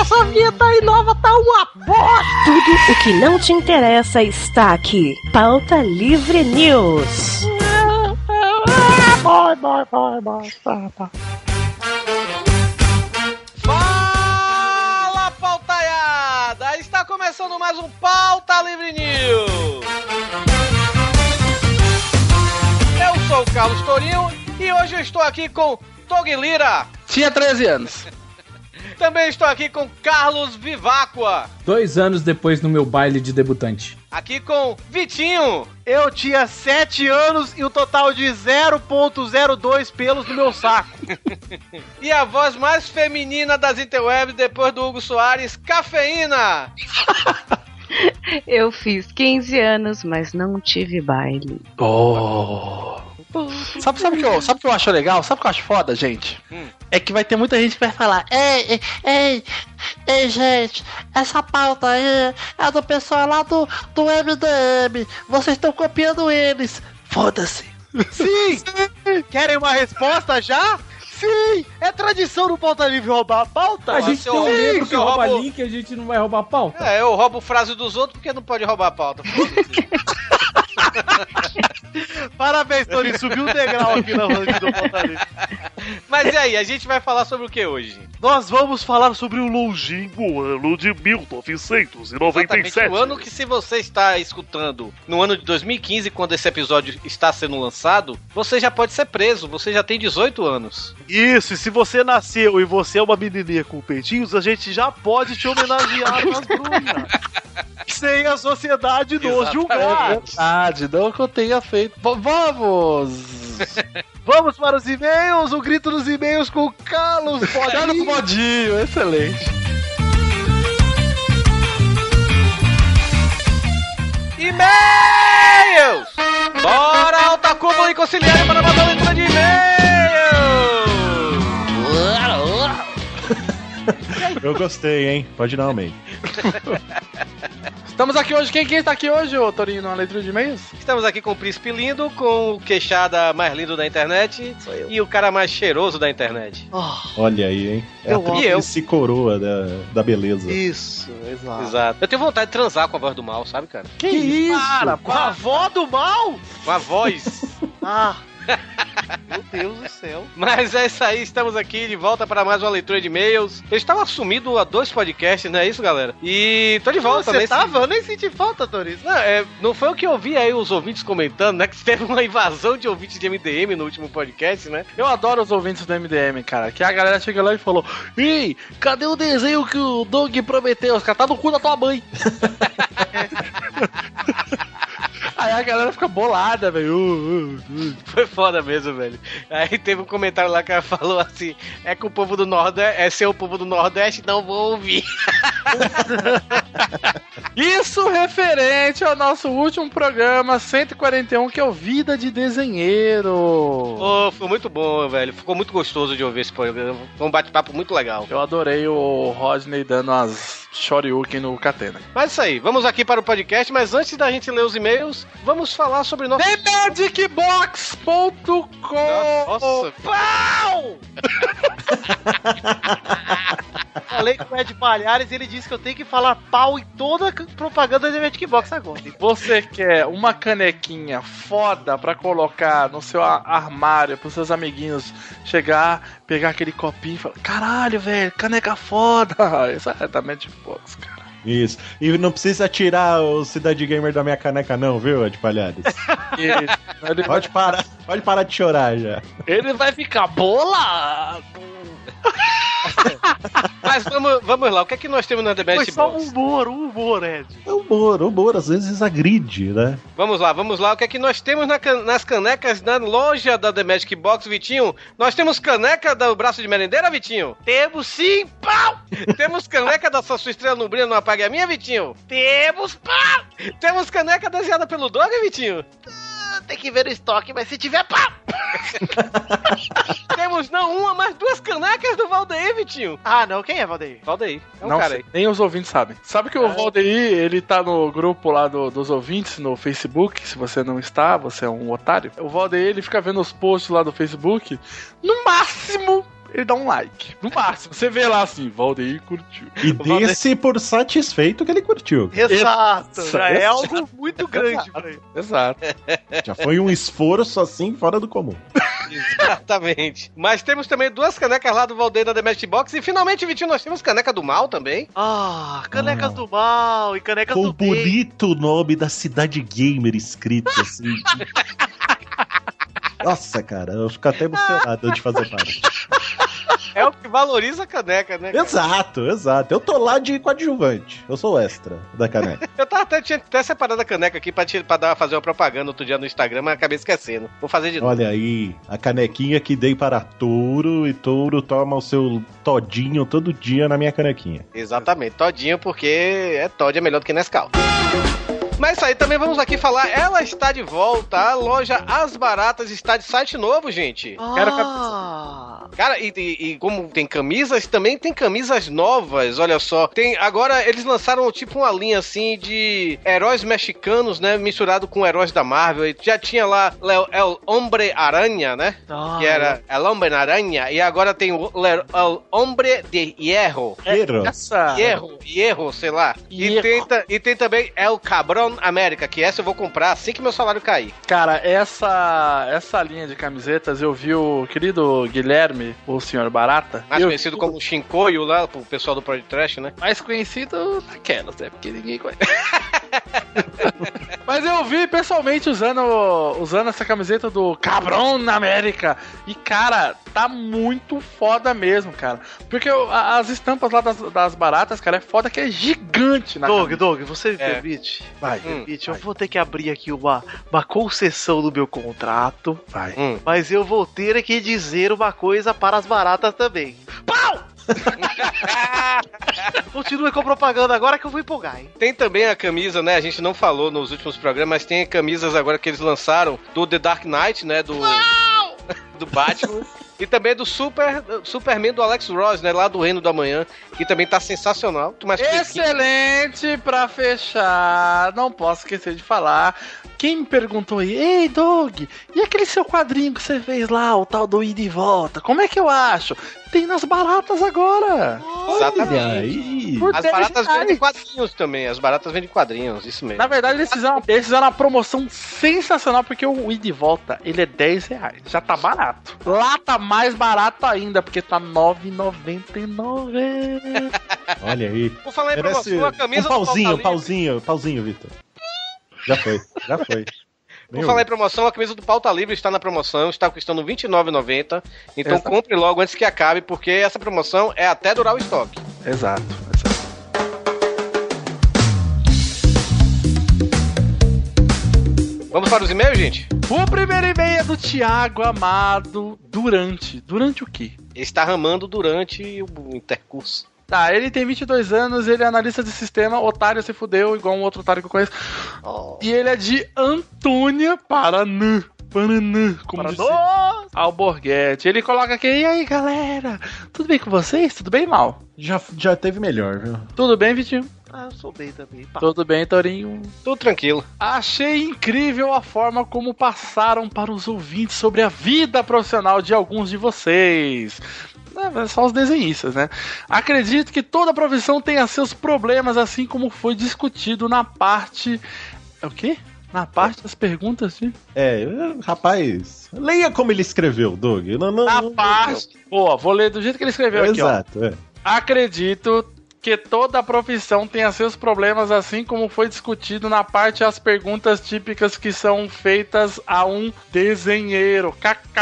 Essa vinheta aí nova tá uma bosta! Tudo o que não te interessa está aqui. Pauta Livre News. Vai, vai, vai, vai. Tá, tá. Fala, pautaiada! Está começando mais um Pauta Livre News. Eu sou o Carlos Torinho e hoje eu estou aqui com Tog Lira. Tinha 13 anos. Também estou aqui com Carlos Viváqua. Dois anos depois no meu baile de debutante. Aqui com Vitinho. Eu tinha 7 anos e o total de 0.02 pelos no meu saco. E a voz mais feminina das interwebs depois do Hugo Soares, Cafeína. Eu fiz 15 anos, mas não tive baile. Oh. Sabe, sabe, o que eu, sabe o que eu acho legal? Sabe o que eu acho foda, gente? Hum. É que vai ter muita gente que vai falar: Ei, ei, ei, ei, gente, essa pauta aí é do pessoal lá do, do MDM. Vocês estão copiando eles. Foda-se. Sim! Querem uma resposta já? Sim! É tradição no Pauta Livre roubar a pauta? É A gente seu tem um amigo membro que que rouba roubou- link e a gente não vai roubar pau. É, eu roubo frase dos outros porque não pode roubar a pauta. Parabéns, Tony, subiu um degrau aqui na ranking do Pauta Livre. Mas e aí, a gente vai falar sobre o que hoje? Nós vamos falar sobre o longínquo ano de 1997. Exatamente o ano que se você está escutando no ano de 2015, quando esse episódio está sendo lançado, você já pode ser preso, você já tem 18 anos. Isso, e se você nasceu e você é uma menininha com peitinhos, a gente já pode te homenagear nas brunas. Sem a sociedade nos Exatamente. julgar. Verdade, não que eu tenha feito. V- vamos! Vamos para os e-mails, o grito dos e-mails com o Carlos Olha no Bodinho. modinho, excelente. E-mails! Bora, alta cúpula e conciliar para mais uma leitura de e-mails! Eu gostei, hein? Pode dar um meio. Estamos aqui hoje. Quem, quem está aqui hoje, ô Torinho, na leitura de e-mails? Estamos aqui com o Príncipe Lindo, com o queixada mais lindo da internet e o cara mais cheiroso da internet. Olha aí, hein? É Eu a amo. E eu. tríplice coroa da, da beleza. Isso, exato. Exato. Eu tenho vontade de transar com a voz do mal, sabe, cara? Que isso? Para, com a avó do mal? Com a voz. Ah. Meu Deus do céu. Mas é isso aí, estamos aqui de volta para mais uma leitura de e-mails. Eu estava sumido há dois podcasts, não é isso, galera? E tô de volta, Você tá nesse- tava? Eu nem senti falta, Toris. Não, é, não foi o que eu vi aí os ouvintes comentando, né? Que teve uma invasão de ouvintes de MDM no último podcast, né? Eu adoro os ouvintes do MDM, cara. Que a galera chega lá e falou: Ei, cadê o desenho que o Doug prometeu? Os caras tá no cu da tua mãe. Aí a galera fica bolada, velho. Uh, uh, uh. Foi foda mesmo, velho. Aí teve um comentário lá que ela falou assim: é que o povo do Nordeste, é ser o povo do Nordeste, não vou ouvir. Isso referente ao nosso último programa 141, que é o Vida de Desenheiro. Pô, foi muito bom, velho. Ficou muito gostoso de ouvir esse programa. Foi um bate-papo muito legal. Eu adorei o Rodney dando as shoryuken no Catena. Mas é isso aí, vamos aqui para o podcast, mas antes da gente ler os e-mails, vamos falar sobre nosso. TheMagicBox.com Nossa, Falei com o Ed Palhares e ele disse que eu tenho que falar pau em toda a propaganda de Magic Box agora. Você quer uma canequinha foda pra colocar no seu a- armário pros seus amiguinhos chegar, pegar aquele copinho e falar: Caralho, velho, caneca foda! é Exatamente, Fox, cara. Isso. E não precisa tirar o Cidade Gamer da minha caneca, não, viu, Ed Palhares? E Ele, né? ele- Pode parar, pode parar de chorar já. ele vai ficar bolado! mas vamos, vamos lá, o que é que nós temos na The Foi Best só Box? um humor, um humor, Ed. É humor, humor, às vezes agride, né? Vamos lá, vamos lá, o que é que nós temos na can- nas canecas na loja da The Magic Box, Vitinho? Nós temos caneca do braço de merendeira, Vitinho? Temos sim, pau! Temos caneca da sua estrela Nubrina não apague a minha, Vitinho? Temos, pá! Temos caneca desenhada pelo Dog, Vitinho? Tem que ver o estoque, mas se tiver pau! Temos não uma, mas duas canecas do Valdeir, Vitinho? Ah, não, quem é, Valdeir? Valdeir, é um Não cara sei, aí. nem os ouvintes sabem. Sabe que o Valdeir, ele tá no grupo lá do- dos ouvintes no Facebook. Se você não está, você é um otário. O Valdeir, ele fica vendo os posts lá do Facebook. No máximo, ele dá um like. No máximo, você vê lá assim, Valdeir curtiu. E desse por satisfeito que ele curtiu. Exato. Já é Exato. algo muito grande pra ele. Exato. Já foi um esforço assim fora do comum. Exatamente. Mas temos também duas canecas lá do Valdeir da The Match Box. E finalmente, Vitinho, nós temos caneca do mal também. Ah, canecas do mal e canecas Com do o bem. bonito nome da cidade gamer escrito assim. Nossa, cara, eu fico até emocionado de fazer parte. É o que valoriza a caneca, né? cara? Exato, exato. Eu tô lá de coadjuvante. Eu sou o extra da caneca. Eu tava até, tinha até separado a caneca aqui pra, te, pra dar, fazer uma propaganda outro dia no Instagram, mas acabei esquecendo. Vou fazer de novo. Olha aí, a canequinha que dei para touro e touro toma o seu todinho todo dia na minha canequinha. Exatamente, todinho, porque é Todd é melhor do que Nescau. Mas isso aí também vamos aqui falar. Ela está de volta, a loja As Baratas está de site novo, gente. Oh. Quero Ah, Cara, e, e- e como tem camisas, também tem camisas novas, olha só. Tem agora eles lançaram tipo uma linha assim de heróis mexicanos, né, misturado com heróis da Marvel. E já tinha lá Leo- El Hombre Aranha, né? ah, que era El Hombre Aranha e agora tem o Le- El Hombre de Hierro. Queiro. Essa. Hierro, Hierro, sei lá. E Ah, é. Hierro. tem, ta- e tem também El Cabrón América, que essa eu vou comprar assim que meu salário cair. Cara, essa essa linha de camisetas eu vi o querido Guilherme, o senhor Barata. Mais eu- conhecido como Shinkoio lá, pro pessoal do Project Trash, né? Mais conhecido naquelas, né? Porque ninguém conhece. Mas eu vi pessoalmente usando, usando essa camiseta do Cabrão na América. E, cara, tá muito foda mesmo, cara. Porque eu- a- as estampas lá das, das baratas, cara, é foda que é gigante na Doug, camisa. Doug, você me É. permite? Vai, Hum. Permite, eu vou ter que abrir aqui uma, uma concessão do meu contrato, vai. Hum. mas eu vou ter que dizer uma coisa para as baratas também. Pau! Continue com a propaganda agora que eu vou empolgar, hein? Tem também a camisa, né? A gente não falou nos últimos programas, mas tem camisas agora que eles lançaram do The Dark Knight, né? Do. Do Batman. e também do Super, Superman do Alex Ross, né? Lá do Reino da Manhã, que também tá sensacional. Tu é mais fresquinho. Excelente pra fechar. Não posso esquecer de falar. Quem me perguntou aí, ei Doug, e aquele seu quadrinho que você fez lá, o tal do ida e volta? Como é que eu acho? Tem nas baratas agora. Exatamente. Olha aí. Por As 10 baratas reais. vendem quadrinhos também. As baratas vendem quadrinhos, isso mesmo. Na verdade, eles fizeram, eles fizeram uma promoção sensacional, porque o ida e volta, ele é 10 reais. Já tá barato. Lá tá mais barato ainda, porque tá 9,99. Olha aí. Vou falar aí pra Merece você, uma camisa um pauzinho, do Pauta Livre. pauzinho, pauzinho, Vitor. Já foi, já foi. Vou falar em promoção, a camisa do Pauta Livre está na promoção, está custando R$ 29,90. Então Exato. compre logo antes que acabe, porque essa promoção é até durar o estoque. Exato. Vamos para os e-mails, gente? O primeiro e-mail é do Thiago Amado Durante. Durante o quê? Ele está ramando durante o intercurso. Tá, ele tem 22 anos, ele é analista de sistema, otário se fudeu, igual um outro otário que eu conheço. E ele é de Antônia Paranã. Paranã, como Para diz Alborguete. Ele coloca aqui, e aí galera, tudo bem com vocês? Tudo bem, Mal? Já, já teve melhor, viu? Tudo bem, Vitinho? Ah, eu sou bem também. Pá. Tudo bem, Torinho? Tudo tranquilo. Achei incrível a forma como passaram para os ouvintes sobre a vida profissional de alguns de vocês. É, só os desenhistas, né? Acredito que toda profissão tenha seus problemas, assim como foi discutido na parte. É o quê? Na parte das perguntas, de... É, rapaz, leia como ele escreveu, Doug. Não, não, Na não- parte. Pô, vou ler do jeito que ele escreveu aqui, ó. Exato, é. Acredito que toda profissão tenha seus problemas, assim como foi discutido na parte as perguntas típicas que são feitas a um desenheiro.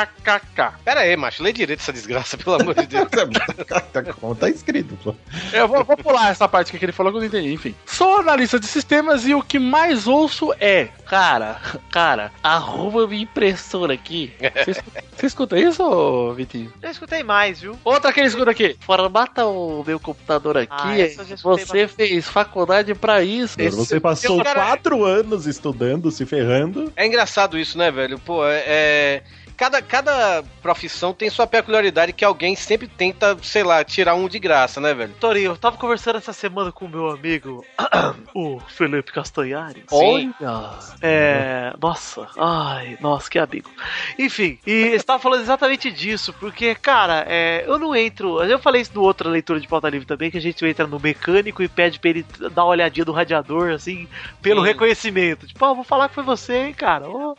KKKK. Pera aí, macho, lê direito essa desgraça, pelo amor de Deus. Tá- Como tá escrito, pô. Eu vou, vou pular essa parte que ele falou que eu não entendi, enfim. Sou analista de sistemas e o que mais ouço é. Cara, cara, arruma minha impressora aqui. Você escuta- Você escuta isso, ô, Vitinho? Eu escutei mais, viu? Outra que ele escuta aqui. Formata o meu computador aqui. Ah, essa eu já escutei você fez faculdade pra isso. Você passou cara- quatro anos estudando, se ferrando. É engraçado isso, né, velho? Pô, é. é- Cada, cada profissão tem sua peculiaridade que alguém sempre tenta, sei lá, tirar um de graça, né, velho? Torinho, eu tava conversando essa semana com o meu amigo, o Felipe Castanhari. Sim. Olha! É. Nossa, ai, nossa, que amigo. Enfim, e ele estava falando exatamente disso, porque, cara, é, eu não entro. Eu falei isso no outra leitura de pauta livre também, que a gente entra no mecânico e pede pra ele dar uma olhadinha no radiador, assim, pelo Sim. reconhecimento. Tipo, ó, vou falar que foi você, hein, cara. Ó,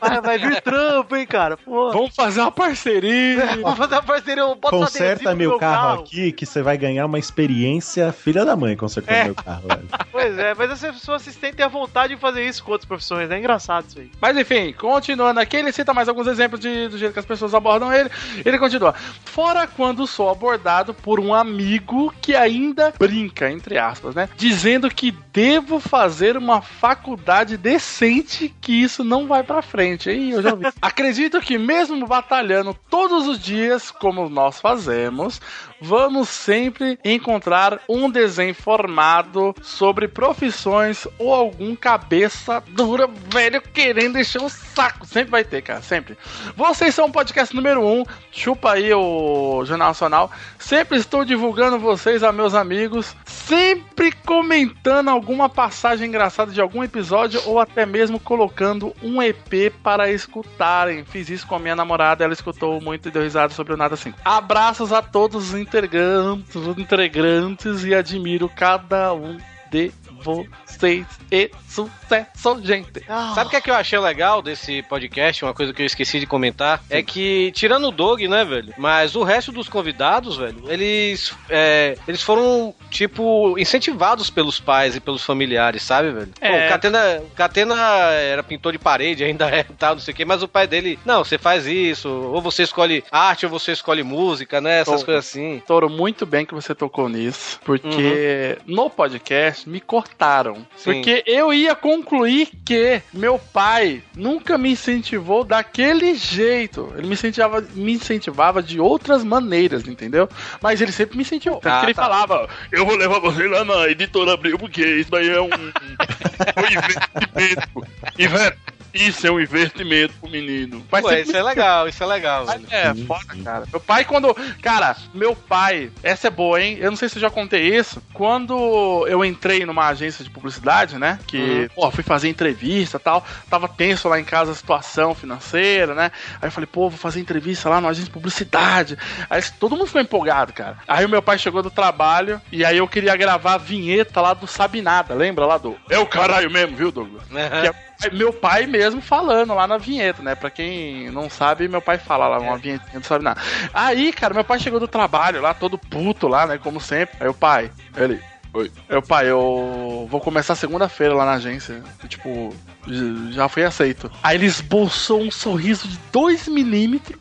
vai, vai vir trampo, hein, cara. Pô, Vamos fazer uma parceria. vou fazer uma parceria, eu boto um adesivo Conserta no meu carro, aqui que você vai ganhar uma experiência filha da mãe consertando É. meu carro. velho. Pois é, mas as pessoas se sentem à vontade de fazer isso com outras profissões, né? é engraçado isso aí. Mas enfim, continuando aqui, ele cita mais alguns exemplos de, do jeito que as pessoas abordam ele. Ele continua. Fora quando sou abordado por um amigo que ainda brinca, entre aspas, né? Dizendo que devo fazer uma faculdade decente, que isso não vai pra frente. Aí eu já vi. Acredito que mesmo batalhando todos os dias, como nós fazemos, vamos sempre encontrar um desenho formado sobre profissões ou algum cabeça dura, velho, querendo encher o saco. Sempre vai ter, cara, sempre. Vocês são o podcast número um, chupa aí o Jornal Nacional. Sempre estou divulgando vocês a meus amigos, sempre comentando alguma passagem engraçada de algum episódio ou até mesmo colocando um EP para escutarem. Fiz isso com a minha namorada, ela escutou muito e deu risada sobre o Nada Assim. Abraços a todos os integrantes, os integrantes e admiro cada um de vocês e sucesso, gente. Sabe o que, é que eu achei legal desse podcast? Uma coisa que eu esqueci de comentar é que, tirando o Doug, né, velho? Mas o resto dos convidados, velho, eles, é, eles foram, tipo, incentivados pelos pais e pelos familiares, sabe, velho? Pô, É. o Catena, o Catena era pintor de parede, ainda é, tal, não sei o quê, mas o pai dele, não, você faz isso, ou você escolhe arte, ou você escolhe música, né? Essas Pô. coisas assim. Toro, muito bem que você tocou nisso, porque no podcast me cortaram. Uhum. Sim. Porque eu ia concluir que meu pai nunca me incentivou daquele jeito. Ele me incentivava, me incentivava de outras maneiras, entendeu? Mas ele sempre me incentivou. Tanto Ah, que ele tá. falava, Eu vou levar você lá na editora Abril, porque isso daí é um, um investimento. Inver- Isso é um investimento pro menino. mas Pô, sempre isso é legal, isso é legal, velho. É, foda, cara. Meu pai, quando. Cara, meu pai. Essa é boa, hein? Eu não sei se eu já contei isso. Quando eu entrei numa agência de publicidade, né? Que, pô, fui fazer entrevista e tal. Tava tenso lá em casa a situação financeira, né? Aí eu falei, pô, vou fazer entrevista lá numa agência de publicidade. Aí todo mundo ficou empolgado, cara. Aí o meu pai chegou do trabalho e aí eu queria gravar a vinheta lá do Sabe Nada, lembra lá do. É o caralho mesmo, viu, Douglas? Aí É Meu pai mesmo falando lá na vinheta, né? Pra quem não sabe, meu pai fala lá, uma vinhetinha, não sabe nada. Aí, cara, meu pai chegou do trabalho lá, todo puto lá, né? Como sempre. Aí o pai, ele. Oi. Eu, pai, eu vou começar segunda-feira lá na agência. E, tipo, j- já fui aceito. Aí ele esboçou um sorriso de 2 milímetros.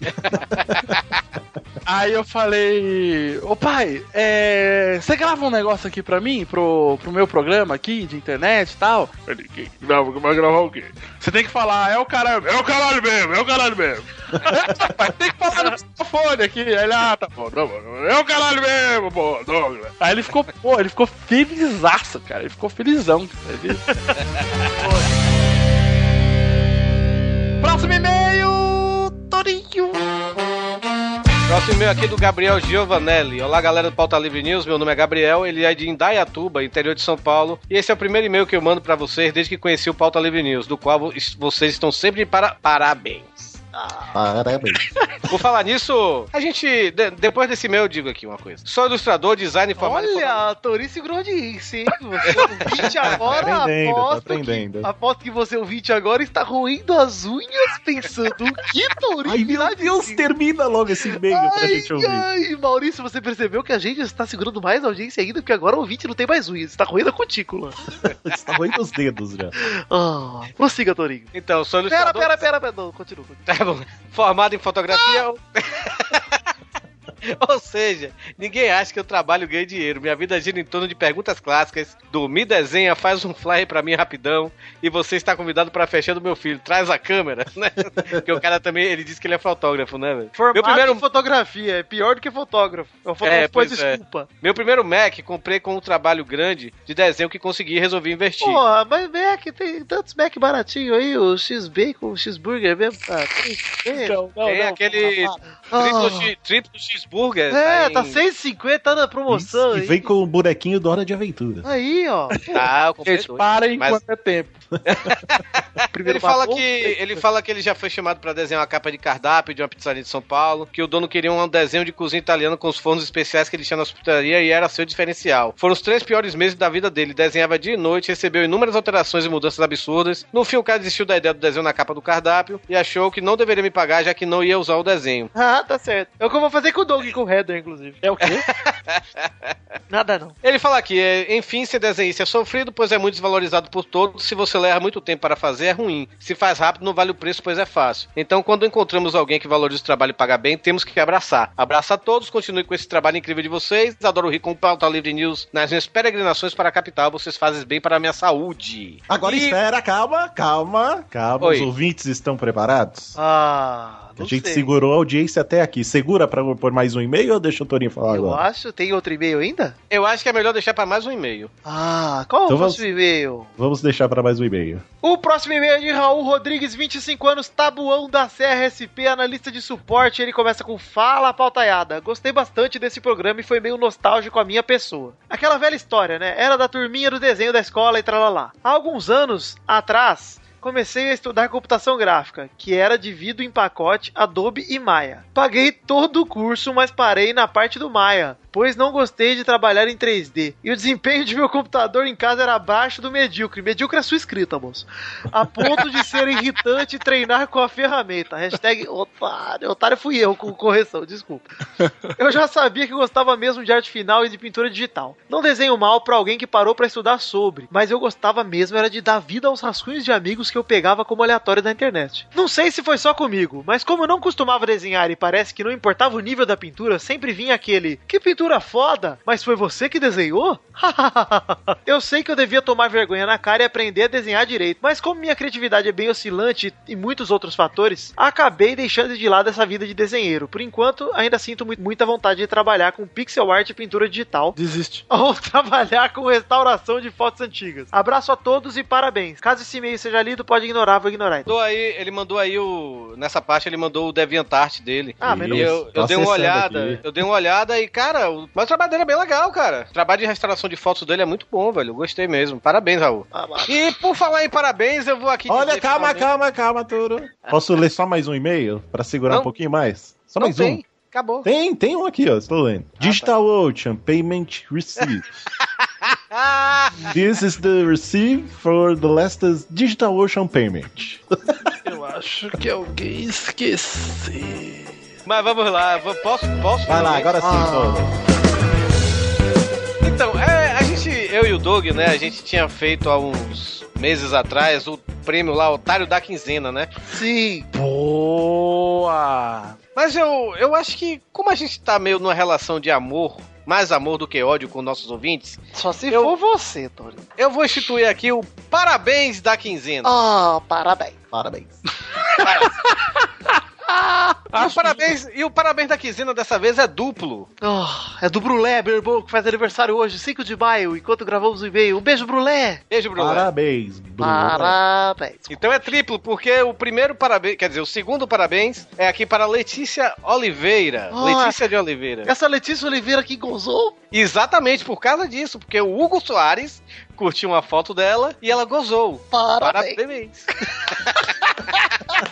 Aí eu falei, ô pai, é, você grava um negócio aqui pra mim, pro, pro meu programa aqui de internet e tal? Ele, que- grava, vai gravar o quê? Você tem que falar, é o caralho. É o caralho mesmo, é o caralho mesmo. Mas "É, tem que falar no microfone aqui. Aí ele, ah, tá bom, tá bom. É o caralho mesmo, pô, tá Douglas. Aí ele ficou, pô, ele ficou felizaço, cara. Ele ficou felizão. cara. Ele- Pô. Próximo e-mail, Torinho. Próximo e-mail aqui do Gabriel Giovanelli. Olá, galera do Pauta Livre News. Meu nome é Gabriel, ele é de Indaiatuba, interior de São Paulo. E esse é o primeiro e-mail que eu mando pra vocês desde que conheci o Pauta Livre News, do qual vo- es- vocês estão sempre de para... parabéns. Parabéns. Por falar nisso, a gente. de- depois desse e-mail eu digo aqui uma coisa. Sou ilustrador, design formado. em foto- Olha, Torinho segurou de isso, hein? Você ouvinte agora, Tá aprendendo, tá aposto, aprendendo. Que, aposto que você ouvinte agora está roendo as unhas pensando o que Torinho Ai, meu virá Deus, dizer? termina logo esse e-mail pra Ai, gente ouvir. ai, Maurício, você percebeu que a gente está segurando mais audiência ainda, porque agora o ouvinte não tem mais unhas, está roendo a cutícula. Você tá roendo os dedos já. Ah, prossiga, Torinho. Tá, Então, sou Pera, ilustrador. É pera, pera, pera, não, continua. continua. Tá bom. Formado em fotografia. Ou seja, ninguém acha que eu trabalho e ganho dinheiro. Minha vida gira em torno de perguntas clássicas, do me desenha, faz um flyer pra mim rapidão, e você está convidado pra fechar do meu filho, traz a câmera, né? Porque o cara também, ele disse que ele é fotógrafo, né, velho? Formato Meu primeiro- em fotografia, é pior do que fotógrafo. É o fotógrafo É, com pois é. desculpa. Meu primeiro Mac comprei com um trabalho grande de desenho que consegui e resolvi investir. Porra, mas Mac, tem tantos Mac baratinho aí, o X-Bacon, o X-Burger mesmo. Tá, tem, tem. Então, não, Tem não, aquele triplo, Ah. chi- triplo cheeseburger. É, em- tá 150, tá na promoção Isso, aí. e vem com o bonequinho do Hora de Aventura. Aí, ó. Tá, eu comprei Gente, dois. parem Mas- enquanto é tempo. Ele fala, batom, que, ele fala que ele já foi chamado pra desenhar uma capa de cardápio de uma pizzaria de São Paulo, que o dono queria um desenho de cozinha italiana com os fornos especiais que ele tinha na pizzaria e era seu diferencial. Foram os três piores meses da vida dele. Desenhava dia e noite, recebeu inúmeras alterações e mudanças absurdas. No fim, o cara desistiu da ideia do desenho na capa do cardápio e achou que não deveria me pagar, já que não ia usar o desenho. Ah, tá certo. É o que eu vou fazer com o Doug e com o Heather, inclusive. É o quê? Nada não. Ele fala aqui, é, enfim, ser desenhista é sofrido, pois é muito desvalorizado por todos. Se você leva muito tempo para fazer, é ruim. Se faz rápido, não vale o preço, pois é fácil. Então, quando encontramos alguém que valoriza o trabalho e paga bem, temos que abraçar. Abraço a todos, continue com esse trabalho incrível de vocês. Adoro rir com o Pauta Livre News nas minhas peregrinações para a capital. Vocês fazem bem para a minha saúde. Agora E- espera, calma, calma, calma. Oi. Os ouvintes estão preparados? Ah, a não gente sei. segurou a audiência até aqui. Segura pra pôr mais um e-mail ou deixa o Torinho falar Eu agora? acho. Tem outro e-mail ainda? Eu acho que é melhor deixar para mais um e-mail. Ah, qual Então o vamos- próximo e-mail? Vamos deixar pra mais um e-mail. O próximo e-mail é de Raul Rodrigues, 25 anos, tabuão da CRSP, analista de suporte. Ele começa com Fala Pautaiada. Gostei bastante desse programa e foi meio nostálgico a minha pessoa. Aquela velha história, né? Era da turminha do desenho da escola e tralalá. Há alguns anos atrás. Comecei a estudar computação gráfica, que era divido em pacote Adobe e Maya. Paguei todo o curso, mas parei na parte do Maya, pois não gostei de trabalhar em 3D. E o desempenho de meu computador em casa era abaixo do medíocre. Medíocre é sua escrita, moço a ponto de ser irritante treinar com a ferramenta. Hashtag otário. Otário fui eu, com correção, desculpa. Eu já sabia que gostava mesmo de arte final e de pintura digital. Não desenho mal pra alguém que parou pra estudar sobre, mas eu gostava mesmo era de dar vida aos rascunhos de amigos que eu pegava como aleatório da internet. Não sei se foi só comigo, mas como eu não costumava desenhar e parece que não importava o nível da pintura, sempre vinha aquele que pintura foda, mas foi você que desenhou? eu sei que eu devia tomar vergonha na cara e aprender a desenhar direito, mas como minha criatividade é bem oscilante e muitos outros fatores, acabei deixando de lado essa vida de desenheiro. Por enquanto, ainda sinto mu- muita vontade de trabalhar com pixel art e pintura digital, Desiste. ou trabalhar com restauração de fotos antigas. Abraço a todos e parabéns. Caso esse e-mail seja lido, pode ignorar, vou ignorar. Mandou aí, ele mandou aí o. Nessa parte, ele mandou o DeviantArt dele. Ah, mas não- E eu, Tá eu dei uma acessando olhada, aqui. eu dei uma olhada e, cara, o, mas o trabalho dele é bem legal, cara. O trabalho de restauração de fotos dele é muito bom, velho. Eu gostei mesmo. Parabéns, Raul. Ah, mas- E por falar em parabéns, eu vou aqui. Olha, dizer calma, finalmente- calma, calma, Toro. Posso ler só mais um e-mail pra segurar Não. um pouquinho mais? Só Não mais tem. Ah, tá. um. Acabou. Tem, tem um aqui, ó. Estou lendo. Digital Ocean Payment Receipt. Ah, This is the receipt for the last Digital Ocean payment. Eu acho que alguém esqueci. mas vamos lá, vou- posso, posso? Vai lá, finalmente? agora sim, Toro. Então, é, a gente, eu e o Doug, né, a gente tinha feito há uns meses atrás o prêmio lá, Otário da Quinzena, né? Sim. Boa! Mas eu, eu acho que, como a gente tá meio numa relação de amor, mais amor do que ódio com nossos ouvintes, Só se Eu- for você, Tori. eu vou instituir aqui o Parabéns da Quinzena. Ah, parabéns. Parabéns. E o, parabéns, e o parabéns da quinzena dessa vez é duplo. Ah, é do Brulé, meu irmão, que faz aniversário hoje, 5 de maio, enquanto gravamos o e-mail. Um beijo, Brulé! Beijo, Bruno. né? Parabéns, Bruno. Parabéns. Então é triplo, porque o primeiro parabéns, quer dizer, o segundo parabéns é aqui para Letícia Oliveira. Ah. Letícia de Oliveira. Essa Letícia Oliveira que gozou? Exatamente por causa disso, porque o Hugo Soares curtiu uma foto dela e ela gozou. Parabéns. Parabéns.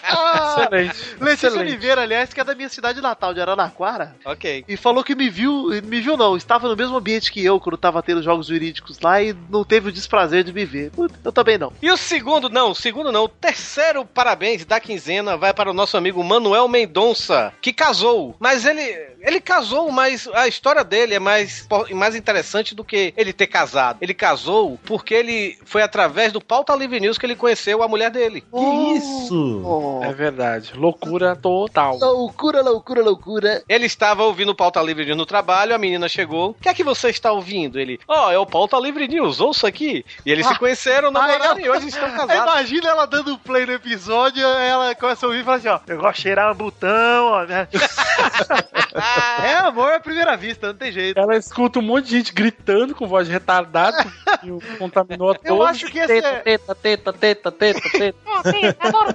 Ah, Excelente. Letícia Excelente. Oliveira, aliás, que é da minha cidade natal, de Araraquara. ok. E falou que me viu, me viu não, estava no mesmo ambiente que eu quando tava tendo jogos jurídicos lá e não teve o desprazer de me ver. Puta, Eu também não. E o segundo, não, o segundo não, o terceiro parabéns da quinzena vai para o nosso amigo Manuel Mendonça, que casou. Mas ele ele casou, mas a história dele é mais, po- mais interessante do que ele ter casado. Ele casou porque ele foi através do Pauta Livre News que ele conheceu a mulher dele. Que isso? Oh, É verdade. Loucura total. Loucura, loucura, loucura. Ele estava ouvindo o Pauta Livre News no trabalho, a menina chegou. O que é que você está ouvindo? Ele, ó, é o Pauta Livre News, ouça aqui. E eles se conheceram, namoraram e hoje estão Aí casados. Imagina ela dando play no episódio, ela começa a ouvir e fala assim, ó, eu gosto de cheirar um botão, ó. né? é amor à primeira vista, não tem jeito. Ela escuta um monte de gente gritando com voz retardada e o contaminou a todos. Eu acho que esse é... Teta, teta, teta, teta, teta. tá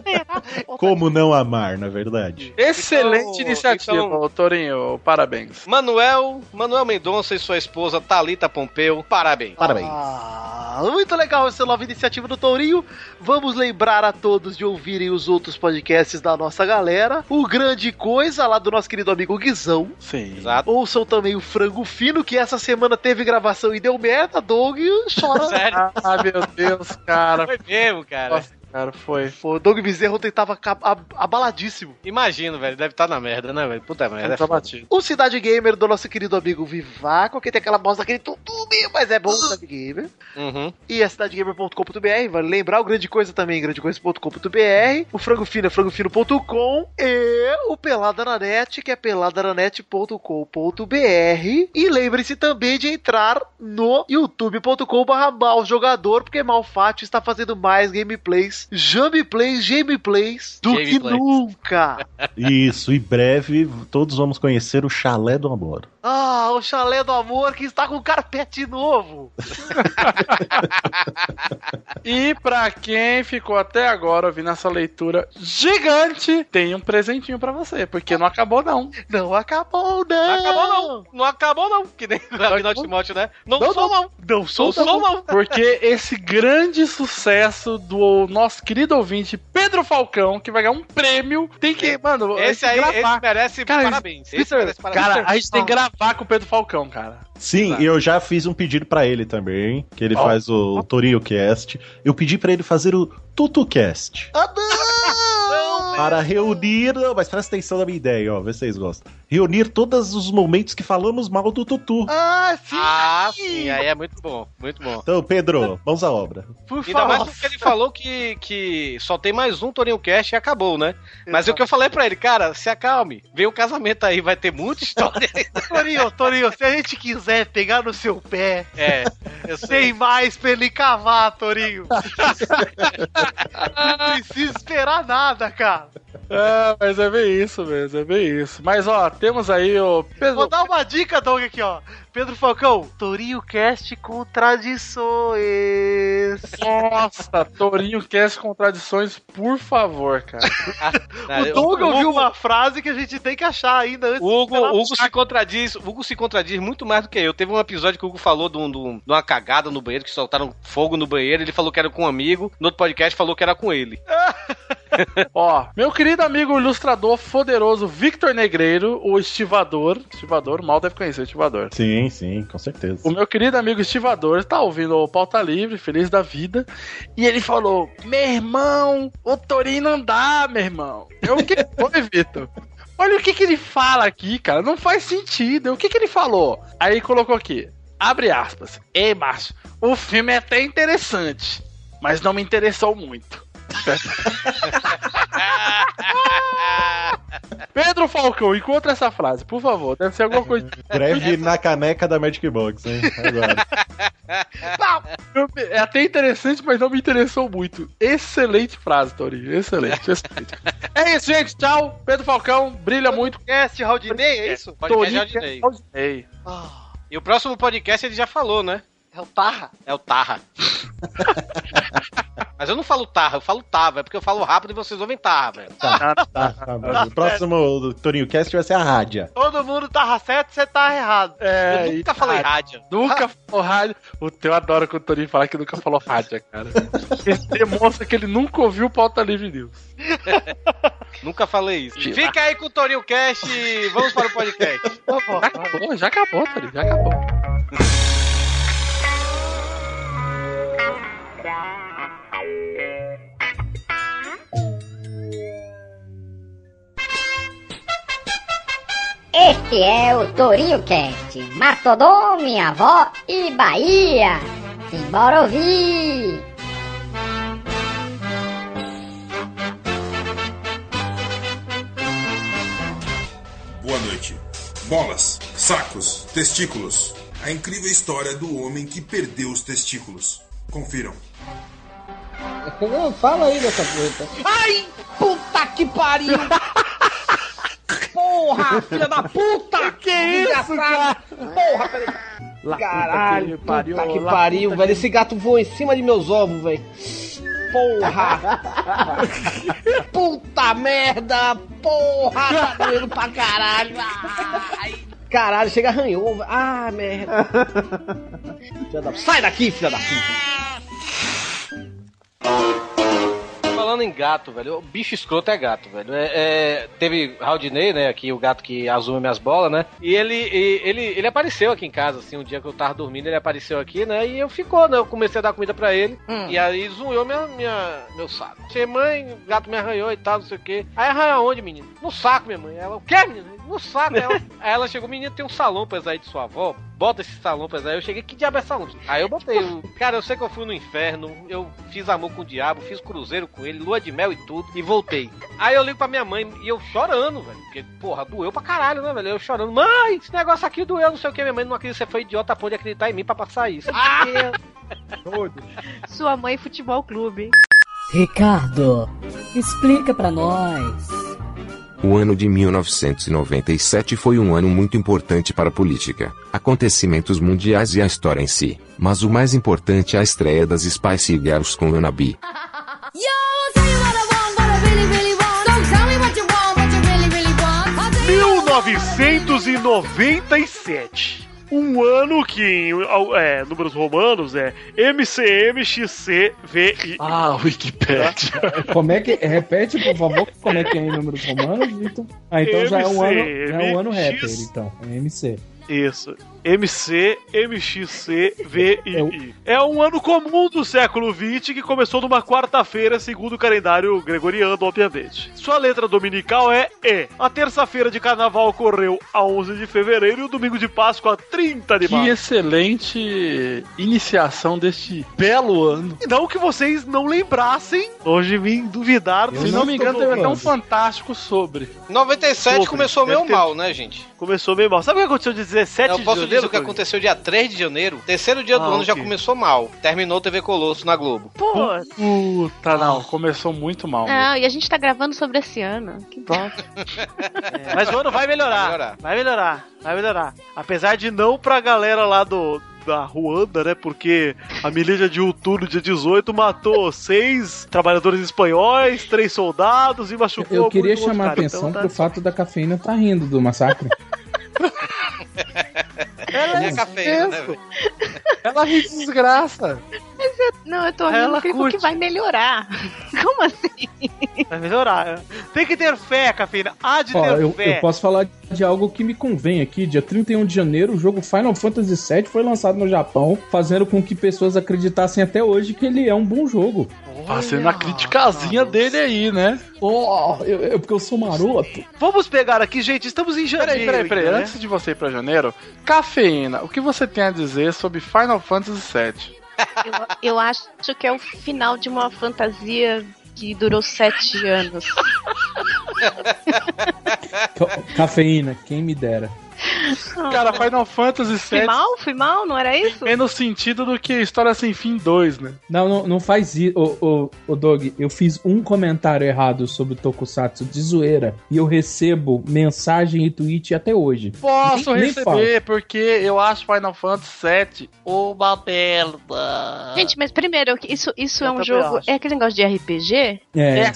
Como não amar, na verdade? Excelente Então, iniciativa, então- Torinho. Parabéns. Manuel, Manuel Mendonça e sua esposa Talita Pompeu, parabéns. Parabéns. Ah, muito legal essa nova iniciativa do Tourinho. Vamos lembrar a todos de ouvirem os outros podcasts da nossa galera. O Grande Coisa, lá do nosso querido amigo Guizão. Sim. Exato. Ouçam também o Frango Fino, que essa semana teve gravação e deu merda. Doug chora. Sério, Ah, meu Deus, cara. foi mesmo, cara. Nossa, cara, foi. Pô, Doug Bezerro tava ca- ab- abaladíssimo. Imagino, velho, deve estar na merda, né, velho? Puta merda. é Tá foda. batido. O Cidade Gamer do nosso querido amigo Vivaco, que tem aquela bosta daquele tutubi, mas é bom o Cidade Gamer. Uhum. e a cidadegamer.com.br. Vale lembrar o Grande Coisa também, grandecoisa.com.br. O Frango Fino é frangofino.com e o Pelada na Net, que é peladananet.com.br. E lembre-se também de entrar no youtube.com.br maljogador, porque Malfátio está fazendo mais gameplays, jameplays, gameplays do que Gameplays. nunca. Isso, e breve todos vamos conhecer o chalé do amor. Ah, o Chalé do Amor que está com carpete novo. E pra quem ficou até agora ouvindo essa leitura gigante, tem um presentinho pra você, porque não acabou não. Não acabou, não. Não acabou, não. Não acabou, não. Que nem o Agnaldo Timóteo, né? Não, Ah. Não, sou, não. Não sou Não sou, não. Porque esse grande sucesso do nosso querido ouvinte Pedro Falcão, que vai ganhar um prêmio, tem que, mano, Esse tem aí que esse é gravar. merece Cara, parabéns. Esse Peter, merece parabéns. Cara, a gente tem que gravar com o Pedro é Falcão, cara. Sim, Exato. eu já fiz um pedido pra ele também, que ele Ó. faz o TorioCast. Eu pedi pra ele fazer o TutuCast. Ah, não! Para reunir. Não, mas presta atenção na minha ideia, ó. Vê se vocês gostam. Reunir todos os momentos que falamos mal do Tutu. Ah, sim! Ah, sim, aí é muito bom, muito bom. Então, Pedro, mãos à obra. Por Ainda mais favor. porque ele falou que, que só tem mais um Torinho Cast e acabou, né? Mas Exato. é o que eu falei pra ele, cara, se acalme. Vem o casamento aí, vai ter muita história. Torinho, Torinho, se a gente quiser pegar no seu pé, é, eu sei. tem mais pra ele cavar, Torinho. Não precisa esperar nada, cara. É, mas é bem isso mesmo, é bem isso. Mas ó, temos aí o Vou Pedro. dar uma dica, Doug, aqui, ó. Pedro Falcão, Torinho Cast Contradições. Nossa, Torinho quer as contradições, por favor, cara. Ah, o Doug ouviu Hugo, uma frase que a gente tem que achar ainda antes. Hugo, Pela- Hugo se contradiz, Hugo se contradiz muito mais do que eu. Teve um episódio que o Hugo falou de, um- de um- de uma cagada no banheiro, que soltaram fogo no banheiro, ele falou que era com um amigo, no outro podcast falou que era com ele. Ó, meu querido amigo ilustrador poderoso Victor Negreiro, o estivador. Estivador, mal deve conhecer o estivador. Sim, sim, com certeza. O meu querido amigo estivador tá ouvindo o Pauta Livre, feliz da vida. E ele falou: Meu irmão, o Torinho não dá, meu irmão. Eu o que foi, Vitor? Olha o que, que ele fala aqui, cara. Não faz sentido. O que, que ele falou? Aí colocou aqui: abre aspas. Ei, Márcio, o filme é até interessante, mas não me interessou muito. Pedro Falcão, encontra essa frase, por favor. Deve ser alguma coisa. Breve na caneca da Magic Box, hein? Agora. Eu- É até interessante, mas não me interessou muito. Excelente frase, Torinho. Excelente, excelente. é isso, gente. Tchau. Pedro Falcão, brilha muito. Cast Haldinei, é isso? Podcast Aldinei. Ei. Ah, E o próximo podcast ele já falou, né? é o Tarra. É o Tarra. Mas eu não falo Tarra, eu falo Tava, é porque eu falo rápido e vocês ouvem Tarra, velho. Tá, tá bom. O próximo Torinho Cast vai ser a rádia. Todo mundo tava certo, você tá errado. É, eu tá nunca Ah, falei rádio. Nunca falou rádio. O teu adora quando o Torinho fala que nunca falou rádio, cara. Isso demonstra que ele nunca ouviu o Pauta Livre News. Nunca falei isso. Gira. Fica aí com o Torinho Cast e vamos para o podcast. Já acabou, já acabou, Torinho. Já acabou. Este é o Torinho Cast, Matodon, minha avó e Bahia. Simbora ouvir! bolas, sacos, testículos. A incrível história do homem que perdeu os testículos. Confiram. Não, fala aí dessa puta. Ai, puta que pariu! Porra, filha da puta! Que isso, cara? Porra, peraí. Lá puta que Caralho, me pariu, puta que lá pariu, puta velho. Esse gato voou em cima de meus ovos, velho. Porra! puta merda! Porra, tá doendo pra caralho! Ai. Caralho, chega arranhou. velho. Ah, merda. Filha da- Sai daqui, filha da puta! Falando em gato, velho, o bicho escroto é gato, velho. É, é, teve Raudinei, né, aqui, o gato que azuma minhas bolas, né? E ele, e- ele, ele apareceu aqui em casa, assim, um dia que eu tava dormindo, ele apareceu aqui, né? E eu ficou, né? Eu comecei a dar comida pra ele. E aí zunhou minha, minha, meu saco. Achei, mãe, o gato me arranhou e tal, não sei o quê. Aí arranhou onde, menino? No saco, minha mãe. Ela, o quê, menino? No saco. Ela, aí ela chegou, menino, tem um salompas aí de sua avó. Bota esse salompas aí. Eu cheguei, que diabo é salompas? Aí eu botei. Eu- cara, eu sei que eu fui no inferno. Eu fiz amor com o diabo, fiz cruzeiro com ele, lua de mel e tudo. E voltei. Aí eu ligo pra minha mãe e eu chorando, velho. Porque, porra, doeu pra caralho, né, velho? Eu chorando. Mãe, esse negócio aqui doeu, não sei o que. Minha mãe não acredita, você foi idiota, pode acreditar em mim pra passar isso. Ah! Sua mãe futebol clube. Ricardo, explica pra nós. O ano de 1997 foi um ano muito importante para a política, acontecimentos mundiais e a história em si. Mas o mais importante é a estreia das Spice Girls com Wannabe. Don't tell me what you want, what you really, really want. 1997. Um ano que em ao- é, números romanos é MCM, XC, VI. Ah, Wikipedia. Como é que. Repete, por favor, como é que é em números romanos, Vitor? Ah, então já é um ano. Já é um ano MC. rapper, então. É MC. Isso. MC, MXC, VII. É um ano comum do século XX que começou numa quarta-feira, segundo o calendário gregoriano, obviamente. Sua letra dominical é E. A terça-feira de carnaval ocorreu a 11 de fevereiro e o domingo de Páscoa a 30 de Que março. excelente iniciação deste belo ano. E não que vocês não lembrassem, hoje vim duvidar. Se não me engano, teve até um fantástico sobre. 97 começou meio mal, né, gente? Começou meio mal. Sabe o que aconteceu de 17 Eu de posso dizer janeiro? o que Cami? aconteceu dia 3 de janeiro. Terceiro dia do né, Ah, ano já ok. começou mal. Terminou TV Colosso na Globo. Pô. Puta, Ah, não, começou muito mal. Não, e a gente tá gravando sobre esse ano. Que bosta. É, Mas o ano vai melhorar. Vai melhorar. Vai melhorar. Apesar de não pra galera lá do da Ruanda, né? Porque a milícia de outubro, dia 18, matou seis trabalhadores espanhóis, três soldados e machucou Eu queria muito outro chamar a cara. atenção Então tá- pro fato da cafeína tá rindo do massacre. Ela é cafeína, né, velho? Ela ri de desgraça. Mas eu- não, eu tô rindo Ela porque curte. que vai melhorar. Como assim? Vai melhorar. Tem que ter fé, Cafina. Há de Ó, ter eu, fé. eu posso falar de algo que me convém aqui. Dia 31 de janeiro, o jogo Final Fantasy VII foi lançado no Japão, fazendo com que pessoas acreditassem até hoje que ele é um bom jogo. Fazendo a criticazinha dele aí, né? Oh, eu, eu- porque eu sou maroto. Vamos pegar aqui, gente. Estamos em janeiro. Peraí, peraí, peraí. ainda, né? Antes de você ir pra janeiro, cafeína, o que você tem a dizer sobre Final Fantasy VII? Eu acho que é o final de uma fantasia que durou sete anos. Ca- Cafeína, quem me dera. Cara, Final Fantasy Fui VII mal? Fui mal? Não era isso? é no sentido do que História Sem Fim 2, né? Não, não, não faz isso. Ô, ô, ô, Dog, eu fiz um comentário errado sobre o Tokusatsu de zoeira e eu recebo mensagem e tweet até hoje. Posso Nem receber, falo. porque eu acho Final Fantasy VII uma merda. Gente, mas primeiro, isso, isso é um também jogo. acho. É aquele negócio de RPG? É.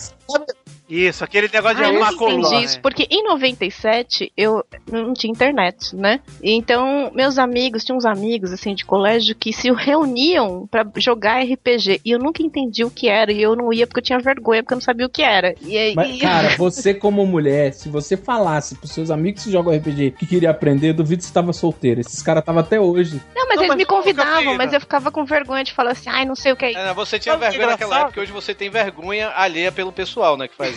Isso, aquele negócio de Ah, eu arrumar não entendi coluna. isso, porque em 97 eu não tinha internet, né? Então, meus amigos, tinha uns amigos assim de colégio que se reuniam pra jogar RPG e eu nunca entendi o que era e eu não ia porque eu tinha vergonha, porque eu não sabia o que era. Então, É, E aí Mas, cara, você como mulher, se você falasse pros seus amigos que jogam RPG que queria aprender, duvido que você tava solteira. Esses caras tava até hoje. Não, mas eles me convidavam, mas eu ficava com vergonha de falar assim, ai, não sei o que é. isso. É, Você tinha Sabe o que é vergonha naquela engraçado? época, hoje você tem vergonha alheia pelo pessoal, né, que faz isso.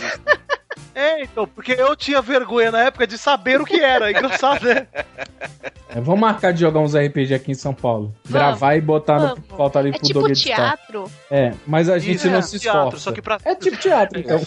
É, então, porque eu tinha vergonha na época de saber o que era. Engraçado, né? É, vamos marcar de jogar uns RPG aqui em São Paulo. Gravar e botar vamos. no pauta ali É pro tipo Dog editar. teatro. um É, mas a gente Isso, não é, se tipo teatro, esforça. só que pra- É tipo teatro, então.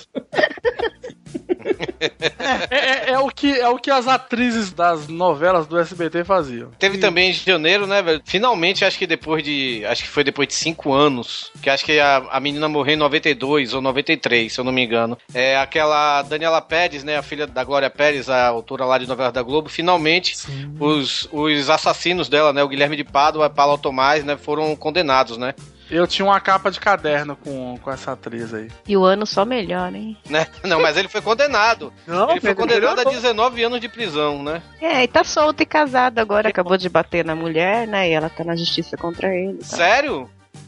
É, é- é o que, é o que as atrizes das novelas do SBT faziam. Teve também em janeiro, né, velho? Finalmente, acho que depois de. Acho que foi depois de cinco anos. Que acho que a, a menina morreu em 92 ou 93, se eu não me engano. É aquela Daniela Pérez, né? A filha da Glória Pérez, a autora lá de novelas da Globo. Finalmente, os, os assassinos dela, né? O Guilherme de Pádua e Paulo Tomás, né? Foram condenados, né? Eu tinha uma capa de caderno com, com essa atriz aí. E o ano só melhora, hein? Né? Não, mas ele foi condenado. Não, ele foi Pedro, condenado a melhorou. 19 anos de prisão, né? É, e tá solto e casado agora, acabou de bater na mulher, né? E ela tá na justiça contra ele. tá? Sério?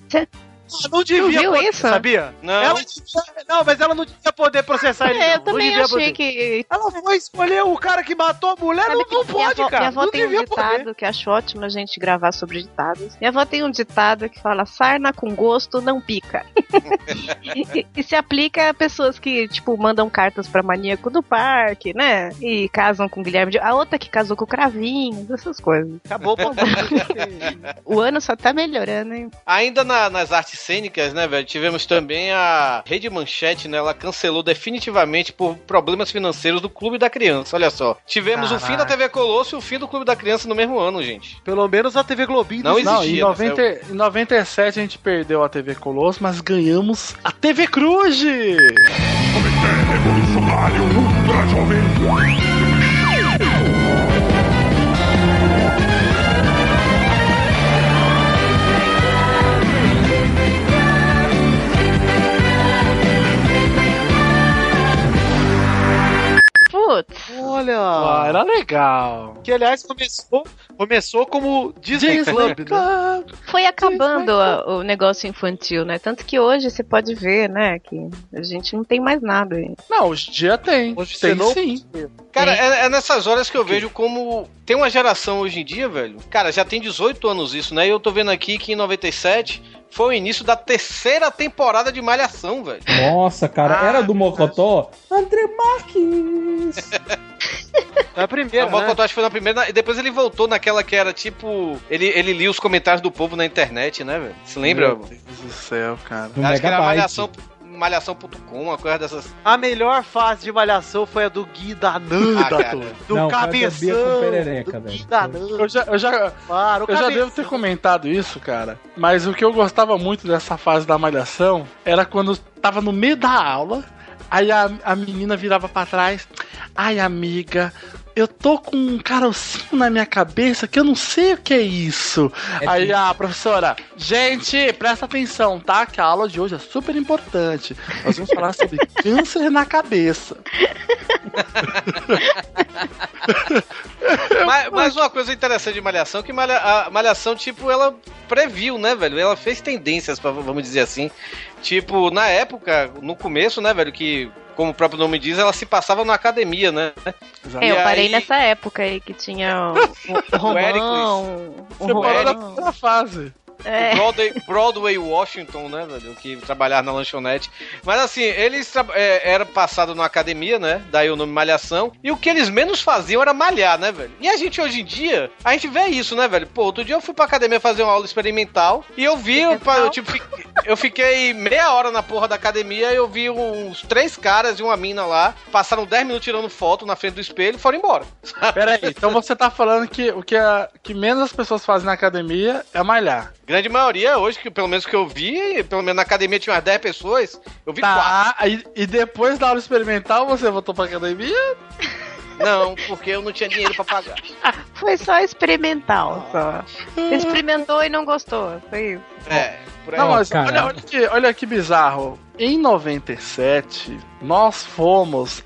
Cê- Tu Não devia viu poder, isso? sabia? Não. Ela devia- não, mas ela não devia poder processar ele. É, eu não. Não também devia achei poder. que- Ela foi escolher o cara que matou a mulher, não, não minha pode, avó, cara. minha avó não tem um devia ditado poder. que acho ótimo a gente gravar sobre ditados. Minha avó tem um ditado que fala: sarna com gosto não pica. e, e se aplica a pessoas que, tipo, mandam cartas pra maníaco do parque, né? E casam com Guilherme. de- A outra que casou com o Cravinho, essas coisas. Acabou, pô. O ano só tá melhorando, hein? Ainda na- nas artes cênicas, né, velho? Tivemos também a Rede Manchete, né? Ela cancelou definitivamente por problemas financeiros do Clube da Criança. Olha só. Tivemos o fim da Caraca. TV Colosso e o fim do Clube da Criança no mesmo ano, gente. Pelo menos a TV Globinho Não existe. existia. em, né, 90 velho? em 97 a gente perdeu a TV Colosso, mas ganhamos a TV Cruz! Revolucionário Ultra Jovem. Putz. Olha. Ah, era legal. Que aliás começou, começou como Disney, Disney Club, Club. né? Foi acabando a- o negócio infantil, né? Tanto que hoje você pode ver, né? Que a gente não tem mais nada. hein? Não, hoje em dia tem. Hoje tem não- sim. Cara, é, é nessas horas que eu vejo como tem uma geração hoje em dia, velho. Cara, já tem 18 anos isso, né? E eu tô vendo aqui que em 97 foi o início da terceira temporada de Malhação, velho. Nossa, cara, era do Mocotó? André Marques! Na é primeira, O né? Mocotó acho que foi na primeira, e depois ele voltou naquela que era tipo. Ele, ele lia os comentários do povo na internet, né, velho? Se lembra? Meu Deus do céu, cara. Acho que era malhação, malhação.com, uma coisa dessas. A melhor fase de Malhação foi a do Gui da Ah, Nanda, cara. do- do Não, foi a da Bia com Cabeção, perereca, do Gui velho. da Nanda. Eu já, eu já, Para, o eu já Cabeção- devo ter comentado isso, cara. Mas o que eu gostava muito dessa fase da malhação era quando tava no meio da aula, aí a, a menina virava pra trás. Ai, amiga, eu tô com um carocinho na minha cabeça que eu não sei o que é isso. aí tipo, a professora, gente, presta atenção, tá? Que a aula de hoje é super importante. Nós vamos falar sobre câncer na cabeça. Mas, mas uma coisa interessante de Malhação, é que Malha- a Malhação, tipo, ela previu, né, velho? Ela fez tendências, pra- vamos dizer assim. Tipo, na época, no começo, né, velho, que, como o próprio nome diz, ela se passava na academia, né? É, eu E parei aí- nessa época aí que tinha o, o Romão, um o Você parou na Romão. primeira fase. É. O Broadway, Broadway Washington, né, velho? Que trabalhava na lanchonete. Mas assim, eles tra- é, era passado na academia, né? Daí o nome Malhação. E o que eles menos faziam era malhar, né, velho? E a gente hoje em dia, a gente vê isso, né, velho? Pô, outro dia eu fui pra academia fazer uma aula experimental e eu vi, eu, pa- eu, tipo, fi- eu fiquei meia hora na porra da academia e eu vi uns três caras e uma mina lá, passaram 10 minutos tirando foto na frente do espelho e foram embora. Peraí, então você tá falando que o que, a, que menos as pessoas fazem na academia é malhar. Grande maioria hoje, que pelo menos que eu vi, pelo menos na academia tinha umas 10 pessoas, eu vi quatro. Tá, aí- e, depois da aula experimental você voltou pra academia? Não, porque eu não tinha dinheiro pra pagar. Foi só experimental, só. Experimentou e não gostou, foi isso. É, por aí. Não, mas Cara. olha, olha, que, olha que bizarro. Em 97, nós fomos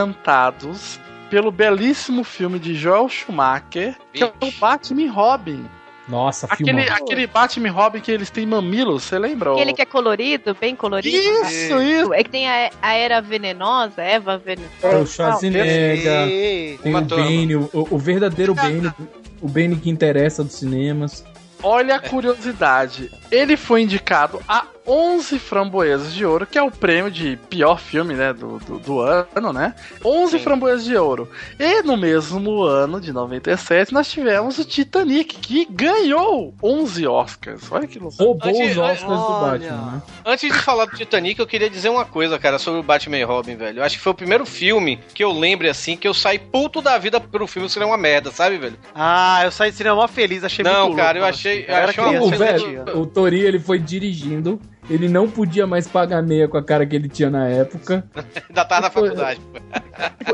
abrilhantados pelo belíssimo filme de Joel Schumacher, que é o Batman e Robin. Nossa, Aquele, filmão. aquele Batman e Robin que eles têm mamilos, você lembra? Aquele que é colorido, bem colorido. Isso, né? isso. É que tem a, a era venenosa, Eva venenosa. Tem o é, Schwarzenegger, Ah, Não, tem o uma turma. Bane, o, o verdadeiro Bane, o Bane que interessa dos cinemas. Olha a curiosidade. Ele foi indicado a 11 framboesas de ouro, que é o prêmio de pior filme, né, do, do, do ano, né? 11 framboesas de ouro. E no mesmo ano de 97, nós tivemos o Titanic, que ganhou 11 Oscars. Olha que loucura. Roubou Antes- os Oscars do olha. Batman, né? Antes de falar do Titanic, eu queria dizer uma coisa, cara, sobre o Batman e Robin, velho. Eu acho que foi o primeiro filme que eu lembre, assim, que eu saí puto da vida pelo filme ser uma merda, sabe, velho? Ah, eu saí do cinema mó feliz, achei Não, muito cara, eu louco, achei- assim. era achei uma criança, o, coisa eu velho, sentia. o Tori ele foi dirigindo, ele não podia mais pagar meia com a cara que ele tinha na época. Ainda tava na faculdade.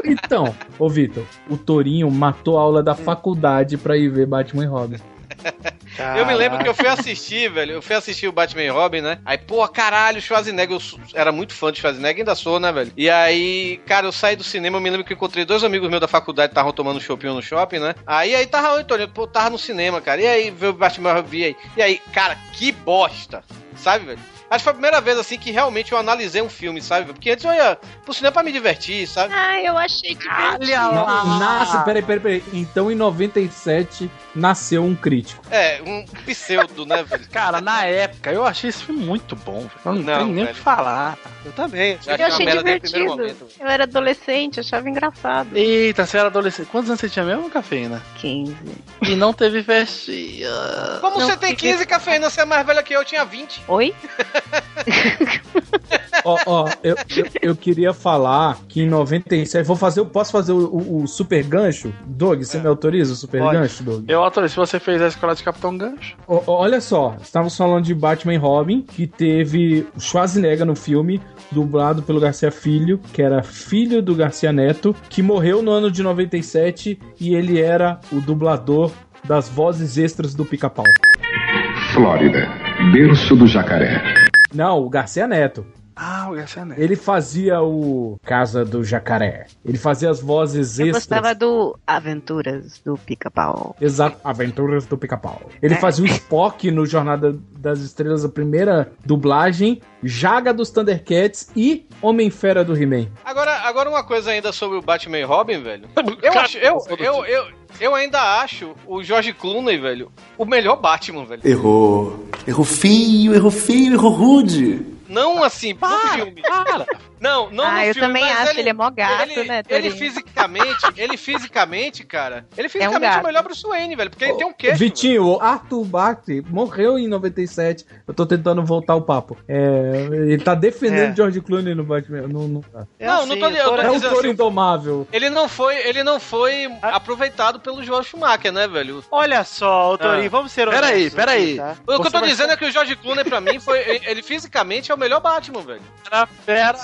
Então, ô Vitor, o Torinho matou a aula da faculdade pra ir ver Batman e Robin. Eu me lembro que eu fui assistir, velho. Eu fui assistir o Batman e Robin, né? Aí, pô, caralho, Schwarzenegger. Eu su- era muito fã de Schwarzenegger, ainda sou, né, velho? E aí, cara, eu saí do cinema. Eu me lembro que eu encontrei dois amigos meus da faculdade que estavam tomando chopinho no shopping, né? Aí, aí tava eu, Antônio, pô, tava no cinema, cara. E aí, veio o Batman e Robin aí. E aí, cara, que bosta. Sabe, velho? Acho que foi a primeira vez, assim, que realmente eu analisei um filme, sabe? velho? Porque antes eu ia pro cinema pra me divertir, sabe? Ah, eu achei que. Olha Na- Nasce, peraí, peraí, peraí. Então em 97 nasceu um crítico. É, um pseudo, né, velho? Cara, na época eu achei esse filme muito bom. velho. Eu não, Não, tenho nem o velho. que falar. Eu também. Já Eu achei é uma merda desde o primeiro divertido. Eu era adolescente, achava engraçado. Eita, você era adolescente. Quantos anos você tinha mesmo, Cafeína? 15. E não teve festinha. Como Não, você tem 15, Cafeína, você é mais velha que eu, eu tinha 20. Oi? Ó, ó, eu, eu, eu queria falar que em 97. Vou fazer, eu posso fazer o, o- o super gancho? Doug, você me autoriza o super Pode. gancho, Doug? Eu autorizo. Se você fez a escola de Capitão Gancho. O- o- olha só, estávamos falando de Batman e Robin, que teve o Schwarzenegger no filme, dublado pelo Garcia Filho, que era filho do Garcia Neto, que morreu no ano de 97 e ele era o dublador das vozes extras do Pica-Pau. Flórida, berço do jacaré. Não, o Garcia Neto. Ah, o Garcia Neto. Ele fazia o Casa do Jacaré. Ele fazia as vozes Eu extras. gostava do Aventuras do Pica-Pau. É. Exato, Aventuras do Pica-Pau. Ele fazia o Spock no Jornada das Estrelas, a primeira dublagem, Jaga dos Thundercats e Homem-Fera do He-Man. Agora, agora uma coisa ainda sobre o Batman e Robin, velho. Eu acho, eu, eu, eu, eu ainda acho o George Clooney, velho, o melhor Batman, velho. Errou. Errou feio, errou feio, errou rude. Não assim, para, no filme. Para. Não, não Ah, no eu filme, também mas acho, ele é mó gato, ele- né, Ele Torinho? um fisicamente, ele fisicamente, cara, ele fisicamente é, gato. o melhor Bruce Wayne, velho, porque ele tem um queixo. Vitinho, o Arthur Bate morreu em 97. Eu tô tentando voltar o papo. É, ele tá defendendo É. George Clooney no Batman. Não, não tá. Não, não tô, eu tô é um dizendo touro assim, indomável. ele não foi, ele não foi aproveitado pelo Joel Schumacher, né, velho? Olha só, ô, Torinho, vamos ser honestos. Ah. Peraí, peraí. aqui, tá? O que eu tô dizendo é que o George Clooney, pra mim, foi. ele- Ele fisicamente é o melhor Batman, velho.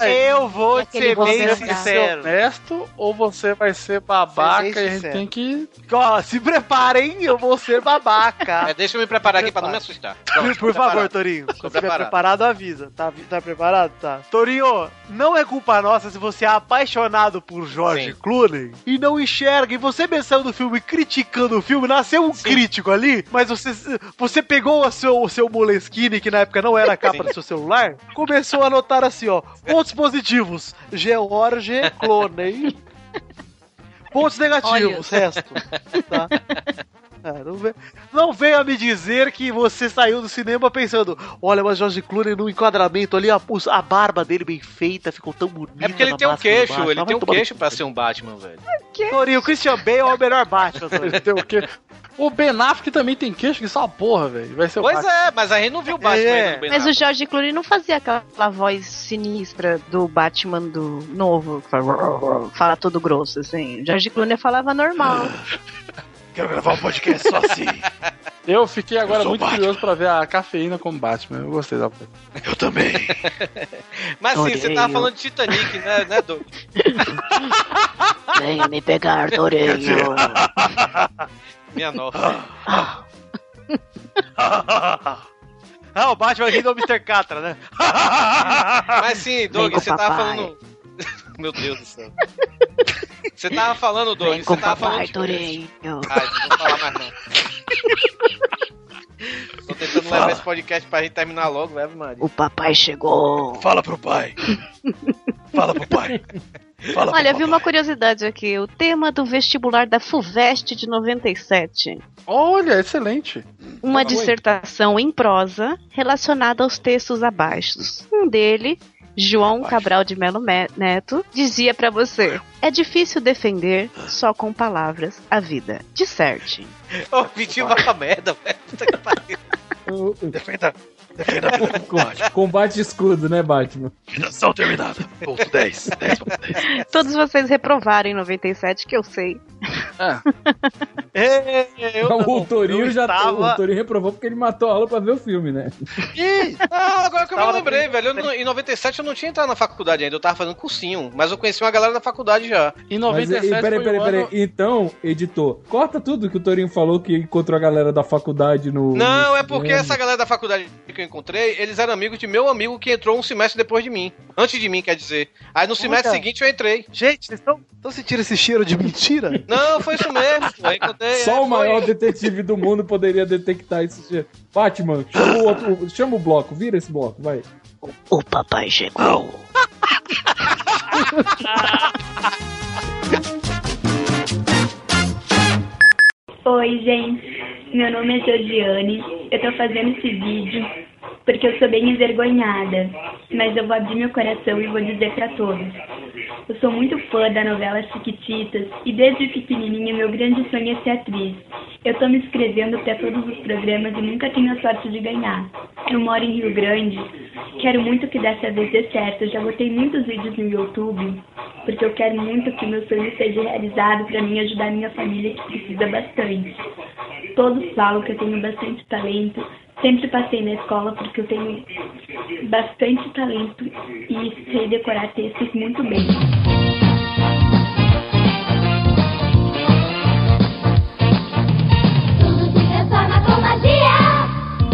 Eu vou ser bem Você é um vai ser sincero. honesto ou você vai ser babaca Ser bem e a gente sincero. tem que. Ó, se preparem, eu vou ser babaca. É, deixa eu me preparar aqui pra não me assustar. Por, por favor, Torinho, se Tô você estiver preparado. preparado, avisa. Tá, tá preparado? Tá. Torinho, não é culpa nossa se você é apaixonado por Jorge Clooney e não enxerga. E você mesmo saiu do filme criticando o filme, nasceu um crítico ali, mas você, você pegou a seu, o seu Moleskine, que na época não era a capa do seu celular, começou a anotar assim, ó, pontos positivos, George Clooney. Pontos negativos, Olha. resto. Tá? É, não, ve- não venha me dizer que você saiu do cinema pensando, olha, mas George Clooney no enquadramento ali, a, os- a barba dele bem feita, ficou tão bonita. É porque ele na tem um máscara do queixo, Batman." ele Vai tem um tomar no queixo pra ser um Batman, velho. cu. Torinho, o Christian Bale é o melhor Batman. Torinho. Tem o quê? O Ben Affleck também tem queixo, que só uma porra, velho. Vai Então ser o Pois Batman. é, mas a gente não viu o Batman É. ainda do Ben Mas o Affleck. George Clooney não fazia aquela voz sinistra do Batman do novo, que fala, fala todo grosso, assim. O George Clooney falava normal. Quero gravar um podcast só assim. Eu fiquei agora muito curioso pra ver a cafeína como Batman. Eu gostei da Eu também. Mas sim, você tava Torinho. falando de Titanic, né, né Doug? Venha me pegar, Torinho. Minha nossa. ah, o Batman rindo é o Mr. Catra, né? Mas sim, Doug, com você tava papai. falando. Meu Deus do céu. Você tava falando, Doug, Vem você com tava papai, falando. de- Torinho. Ai, não vou falar mais não. Tô tentando levar esse podcast pra gente terminar logo, leva, Maria. O papai chegou. Fala pro pai. Fala pro pai. Fala, Olha, vi uma curiosidade aqui. O tema do vestibular da FUVEST de 97. Olha, excelente. Uma dissertação em prosa relacionada aos textos abaixo. Um dele, João Cabral de Melo Me- Neto, dizia pra você: É difícil defender só com palavras a vida. Disserte. Ô, Vitinho vai pra merda, velho. Puta que pariu. Defenda. Defenda a combate. Combate escudo, né, Batman? Ação terminada. Ponto 10. 10 ponto 10. Todos vocês reprovaram em 97, que eu sei. É, Não, É o Torinho eu já tá- estava- o Torinho reprovou porque ele matou a aula pra ver o filme, né? Ih, ah, agora que eu me Tava lembrei, velho. Eu não- em 97 eu não tinha entrado na faculdade ainda, eu tava fazendo cursinho, mas eu conheci uma galera da faculdade já. Em Mas, e- e- peraí, peraí, peraí. Então, editor, corta tudo que o Torinho falou que encontrou a galera da faculdade no. Não, no- é porque essa galera da faculdade que eu encontrei, eles eram amigos de meu amigo que entrou um semestre depois de mim. Antes de mim, quer dizer. Aí no semestre Puta. seguinte eu entrei. Gente, vocês estão sentindo esse cheiro de mentira? Não, foi isso mesmo. pô. Eu encontrei. é, Só o maior detetive do mundo poderia detectar isso. gente. Batman, chama o, outro- chama o bloco, vira esse bloco, vai. O papai chegou. Oi, gente. Meu nome é Georgiane. Eu tô fazendo esse vídeo porque eu sou bem envergonhada, mas eu vou abrir meu coração e vou dizer pra todos. Eu sou muito fã da novela Chiquititas e desde pequenininha meu grande sonho é ser atriz. Eu tô me inscrevendo pra todos os programas e nunca tenho a sorte de ganhar. Eu moro em Rio Grande, quero muito que dessa vez dê certo. Eu já botei muitos vídeos no YouTube porque eu quero muito que meu sonho seja realizado pra mim ajudar minha família que precisa bastante. Todos falam que eu tenho bastante talento. Sempre passei na escola porque eu tenho bastante talento e sei decorar textos muito bem.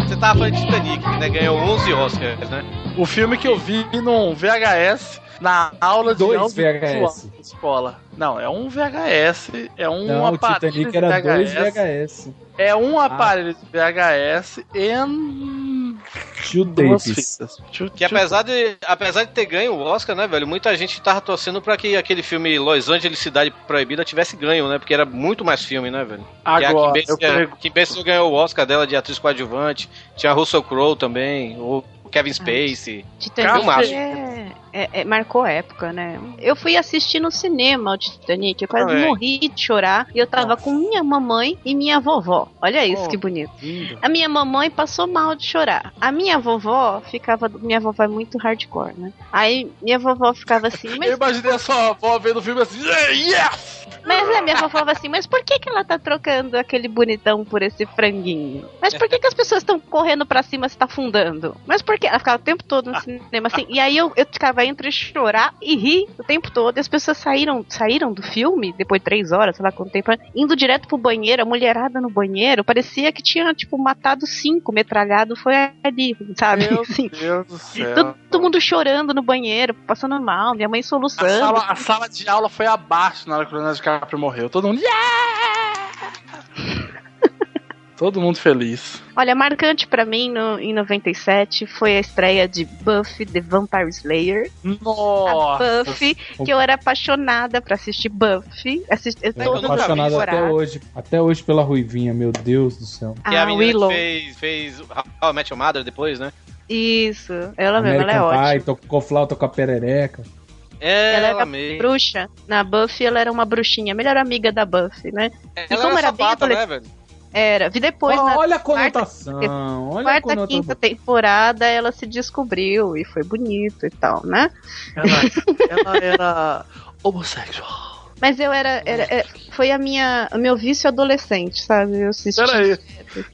Você tava falando de Titanic, né? Ganhou 11 Oscars, né? O filme que eu vi num VHS na aula de Dois aulas VHS. de escola. Não, é um VHS, é um Não, o aparelho Titanic de era dois VHS. VHS. É um Ah. aparelho de VHS e Tio Duas Davis. Que Tipo, apesar de, apesar de ter ganho o Oscar, né, velho, muita gente tava torcendo pra que aquele filme Los Angeles Cidade Proibida tivesse ganho, né? Porque era muito mais filme, né, velho? Agora, que a eu Kim Basinger, pergunto. Kim Basinger ganhou o Oscar dela de atriz coadjuvante, tinha a Russell Crowe também, o Ah. Kevin Spacey. Titanic Filmaço. é, é- é- marcou época, né? Eu fui assistir no cinema o Titanic, eu quase Também. morri de chorar. E eu tava com minha mamãe e minha vovó. Olha isso Oh. que bonito. A minha mamãe passou mal de chorar. A minha vovó ficava. Minha vovó é muito hardcore, né? Aí minha vovó ficava assim, mas. Eu imaginei a sua avó vendo o filme assim, "Yeah, yes! Mas a minha avó falava assim, mas por que, que ela tá trocando aquele bonitão por esse franguinho? Mas por que, que as pessoas estão correndo pra cima se tá afundando? Mas por que? Ela ficava o tempo todo no cinema assim. E aí eu, eu ficava entre chorar e rir o tempo todo. E as pessoas saíram, saíram do filme, depois de três horas, sei lá quanto tempo, indo direto pro banheiro, a mulherada no banheiro. Parecia que tinha, tipo, matado cinco, metralhado, foi ali, sabe? Meu Assim, Deus do céu. todo, todo mundo chorando no banheiro, passando mal, minha mãe A soluçando. sala, a sala de aula foi abaixo na hora que o Leonardo DiCaprio morreu. Todo mundo. "Yeah!" Todo mundo feliz. Olha, marcante pra mim no, em 97 foi a estreia de Buffy the Vampire Slayer. Nossa! Buffy, que eu era apaixonada pra assistir Buffy. Assist... É Eu Eu tô todas as apaixonado até temporadas. hoje, até hoje pela Ruivinha, meu Deus do céu. Que é a Ah, menina Willow. que fez, fez How I Met Your Mother depois, né? Isso, ela mesma, ela é ótima. Pie, tocou flauta com a perereca. É, Ela ela, era mesmo. bruxa. Na Buffy, ela era uma bruxinha, a melhor amiga da Buffy, né? Ela era sapata, né, velho? Era. E depois, Ó, na olha a conotação. Não, olha quarta, quando eu tô- quinta temporada, ela se descobriu e foi bonito e tal, né? Ela era homossexual. Mas eu era. era- era- foi a minha, o meu vício adolescente, sabe? Eu assisti. Peraí.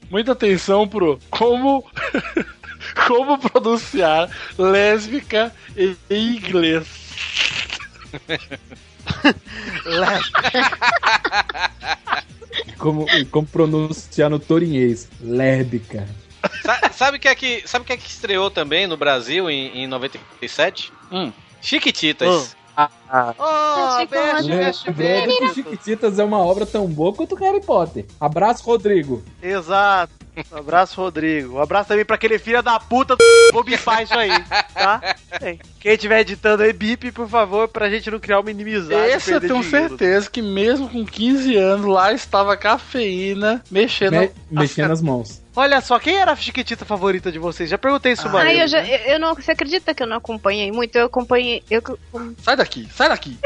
Muita atenção pro como. como pronunciar lésbica em inglês. Como, como pronunciar no torinhês? Lérbica. Sa- sabe o que é que sabe o Hum. que é que estreou também no Brasil em, em 97? Chiquititas. Ah, Ah. Tá Oh, mexe, mexe, Lembrando que Chiquititas é uma obra tão boa quanto Harry Potter. Abraço, Rodrigo. Exato. Um abraço, Rodrigo. Um abraço também pra aquele filho da puta do vou bipar isso aí, tá? É. Quem estiver editando aí, bip, por favor, pra gente não criar um uma inimizade. Esse eu tenho certeza que mesmo com 15 anos lá estava cafeína mexendo. Me- mexendo as mãos. Olha só, quem era a chiquitita favorita de vocês? Já perguntei isso, mano. Ai, eu né? já, eu eu não, você acredita que eu não acompanhei muito? Eu acompanhei, eu, Sai daqui, sai daqui.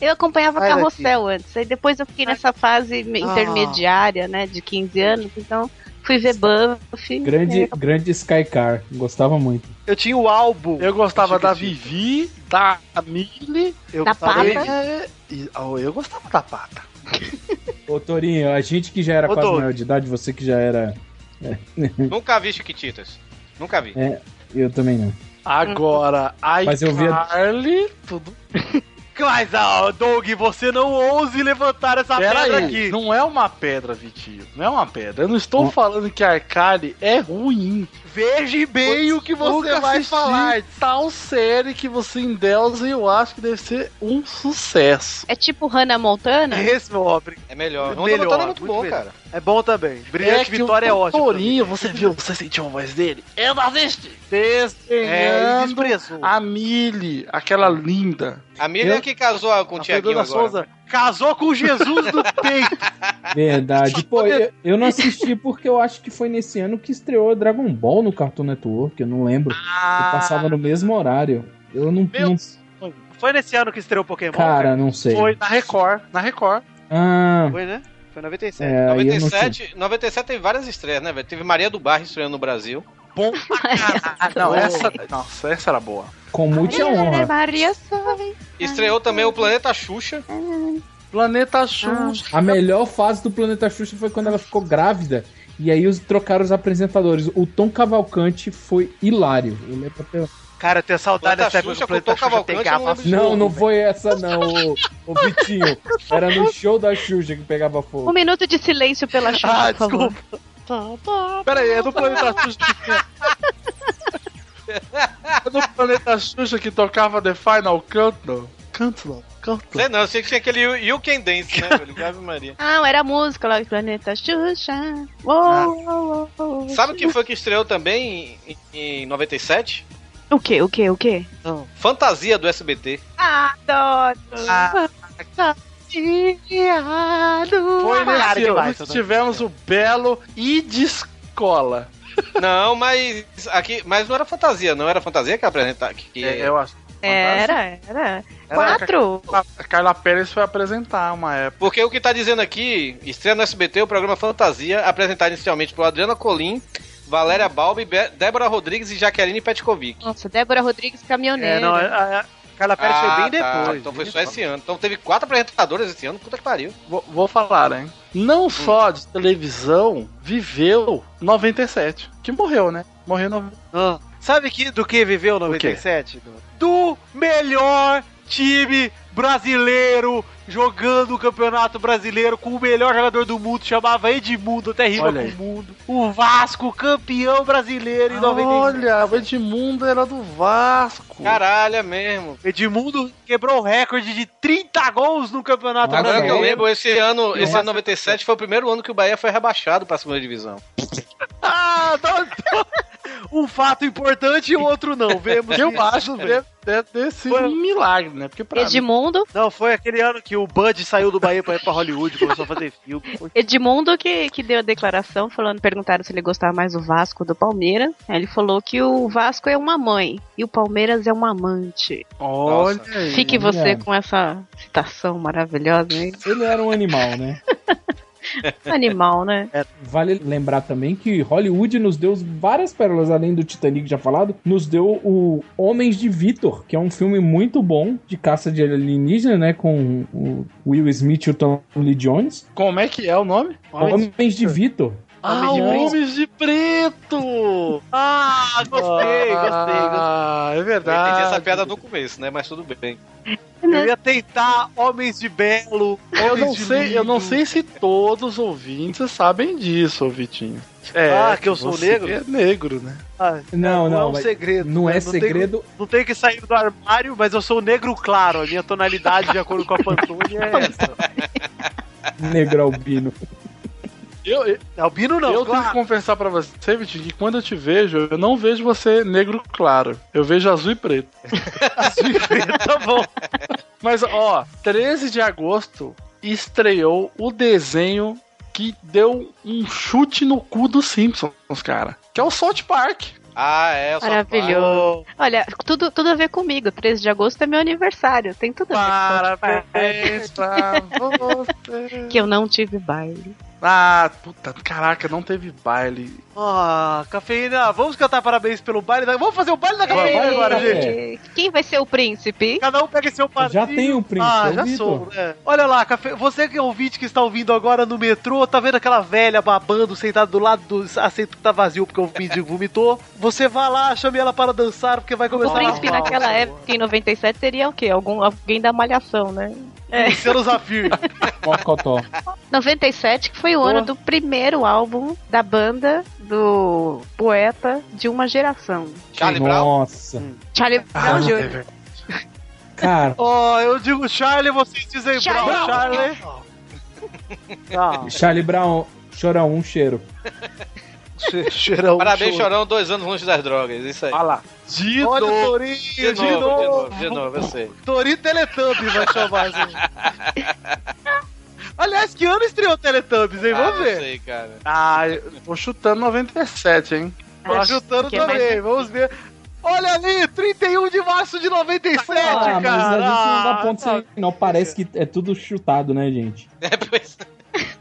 eu acompanhava Ai, carrossel antes, aí depois eu fiquei nessa fase me- Ah. intermediária, né, de 15 anos, então fui ver Buffy. Grande, É. grande Skycar. Gostava muito. Eu tinha o álbum. Eu gostava da Vivi, da Millie. Eu Da gostava Pata. É, e- oh, Eu gostava da pata. Ô, Torinho, a gente que já era Ô, quase Doug. maior de idade, você que já era. Hum. é, Nunca vi Chiquititas. Nunca vi. é, eu também não. Agora, a Mas eu via- Carly, tudo. Mas, ah, Doug, você não ouse levantar essa Pera pedra aí, aqui. não é uma pedra, Vitinho. Não é uma pedra. Eu não estou falando que a Arcade é ruim. Veja bem o que você vai falar. Tal série que você endeusa e eu acho que deve ser um sucesso. É tipo Hannah Montana? Esse, meu obra. É melhor. Hannah Montana é muito bom, cara. É bom também. Brilhante Vitória é ótimo. Torinho, você viu, você sentiu a voz dele? Eu não assisti. É, ele Desenhando desprezou. a Mili, aquela linda. A Miriam que casou com o Tiaguinho Fernanda agora. Souza casou com Jesus do peito. Verdade. Pô, eu, eu não assisti porque eu acho que foi nesse ano que estreou Dragon Ball no Cartoon Network, eu não lembro. Ah. Eu passava no mesmo horário. Eu não. não- Foi nesse ano que estreou o Pokémon? Cara, não sei. Foi na Record. Na Record. Ah, Foi, né? Foi 97. É, aí eu não 97, 97 teve várias estreias, né, velho? Teve Maria do Barro estreando no Brasil. Bom Ah, Não, essa, nossa, essa era boa. com muita é um honra. Maria Sai. Estreou também o Planeta Xuxa. Planeta Ah. Xuxa. A melhor fase do Planeta Xuxa foi quando ela ficou grávida. E aí os, trocaram os apresentadores. O Tom Cavalcante foi hilário. Eu lembro até... Cara, eu tenho saudade Planeta dessa época Xuxa do Planeta com o Tom Xuxa Cavalcante, pegava Não, fogo, não velho. foi essa, não, ô, ô Vitinho. Era no show da Xuxa que pegava fogo. Um minuto de silêncio pela chuva, Ah, por favor. Pera aí, é do Planeta Xuxa que tinha- É do Planeta Xuxa que tocava The Final Countdown. Countdown. Countdown. Sei não, eu sei que tinha aquele You- You Can Dance, né, velho? Ave Maria. Ah, era a música lá, Planeta Xuxa. Oh, Ah. oh, oh, oh. Sabe o que foi que estreou também em, em 97? O que, o que, o que? Fantasia do SBT. Adoro. Ah. Cara, Foi nesse ano demais, que Adão. tivemos o Belo e de escola. Não, mas aqui, mas não era fantasia, não era fantasia que apresentava que É, eu acho. Era, era. Quatro? A a Carla Pérez foi apresentar uma época. Porque o que tá dizendo aqui, estreia no SBT o programa Fantasia, apresentado inicialmente por Adriana Colim, Valéria Balbi, Be- Débora Rodrigues e Jaqueline Petkovic. Nossa, Débora Rodrigues caminhoneira. É, não, a, a Carla Pérez foi tá. bem depois. Então foi só esse ano. Então teve quatro apresentadoras esse ano, puta que pariu. Vou, vou falar, hein? Não só de televisão viveu 97, que morreu, né? Morreu no... Ah, sabe que, do que viveu 97? Do melhor time brasileiro jogando o Campeonato Brasileiro com o melhor jogador do mundo, chamava Edmundo, até rima Olha com aí. o mundo. O Vasco, campeão brasileiro em 97. Olha, o Edmundo era do Vasco. Caralho, é mesmo. Edmundo quebrou o recorde de 30 gols no Campeonato Agora que eu Brasileiro. lembro, esse ano, esse Nossa. ano 97 foi o primeiro ano que o Bahia foi rebaixado pra segunda divisão. Ah, tá- tá- um fato importante e o outro não. Vemos Eu isso, acho né? de- de- É desse milagre, né? Porque pra mim- Edmundo. Não, foi aquele ano que o Bud saiu do Bahia pra ir pra Hollywood, começou a fazer filme. Edmundo que, que deu a declaração falando, perguntaram se ele gostava mais do Vasco ou do Palmeiras. Aí ele falou que o Vasco é uma mãe e o Palmeiras é um amante. Olha aí. Fique você com essa citação maravilhosa, hein? Ele era um animal, né? Animal, né? Vale lembrar também que Hollywood nos deu várias pérolas, além do Titanic já falado, nos deu o Homens de Vitor, que é um filme muito bom de caça de alienígena, né? Com o Will Smith e o Tom Lee Jones. Como é que é o nome? Homens, de Vitor. Ah, Homens de Preto! Ah, gostei, gostei, gostei. Ah, é verdade. Eu entendi essa piada no começo, né? Mas tudo bem. Eu ia tentar Homens de Belo, Eu não, Homens de sei, eu não Lindo. sei se todos os ouvintes sabem disso, ô Vitinho. É, Ah, que eu sou você negro? É negro, né? Ah, Não, é não, um mas segredo. não é né? tem- segredo. não tem que sair do armário, mas eu sou negro claro. A minha tonalidade, de acordo com a Pantone, é essa. Negro albino. Eu, eu, É Albino não, Eu claro. tenho que confessar pra você, Vitinho, que quando eu te vejo, eu não vejo você negro claro. Eu vejo azul e preto. azul e preto, tá bom. Mas, ó, 13 de agosto estreou o desenho que deu um chute no cu dos Simpsons, cara. Que é o South Park. Ah, é, eu sou Maravilhoso. Olha, tudo, tudo a ver comigo. 13 de agosto é meu aniversário. Tem tudo a ver com Parabéns pra você. Que eu não tive baile. Ah, puta, caraca, não teve baile. Ah, cafeína, vamos cantar parabéns pelo baile da... Vamos fazer o baile da Vai, cafeína Tá vai agora, agora, gente. É. Quem vai ser o príncipe? Cada um pega seu partido. Já tem o príncipe, é Ah, o já Vitor. sou, né? Olha lá, cafe... você que é ouvinte que está ouvindo agora no metrô, tá vendo aquela velha babando sentada do lado do assento que tá vazio porque o mendigo vomitou? Você vai lá, chame ela para dançar porque vai começar O príncipe a naquela época, em 97, seria o quê? Algum, alguém da malhação, né? É. Luciano Zafir. Mocotó. 97, que foi o ano do primeiro álbum da banda do poeta de uma geração. Charlie Brown. Hum. Nossa. Charlie Ah, Brown Jr. Cara, Oh, eu digo Charlie, vocês dizem Charlie. Brown, Charlie. Ah, Charlie Brown, chora um cheiro. che- cheirão. Parabéns, chorão. Chorão, dois anos longe das drogas, isso aí. Olha lá. De Olha o novo. Torinho, de Ah, de novo, de novo. novo, de novo, eu sei. Torinho Teletubbies vai chamar, gente. Aliás, que ano estreou Teletubbies, hein? Ah, Vamos não ver. sei, cara. Ah, eu tô chutando 97, hein? Tô chutando que é mais também, vamos ver. Olha ali, 31 de março de 97, Tá Ah, mas a cara. gente não dá ponto Ah, sem. Não, parece que é tudo chutado, né, gente?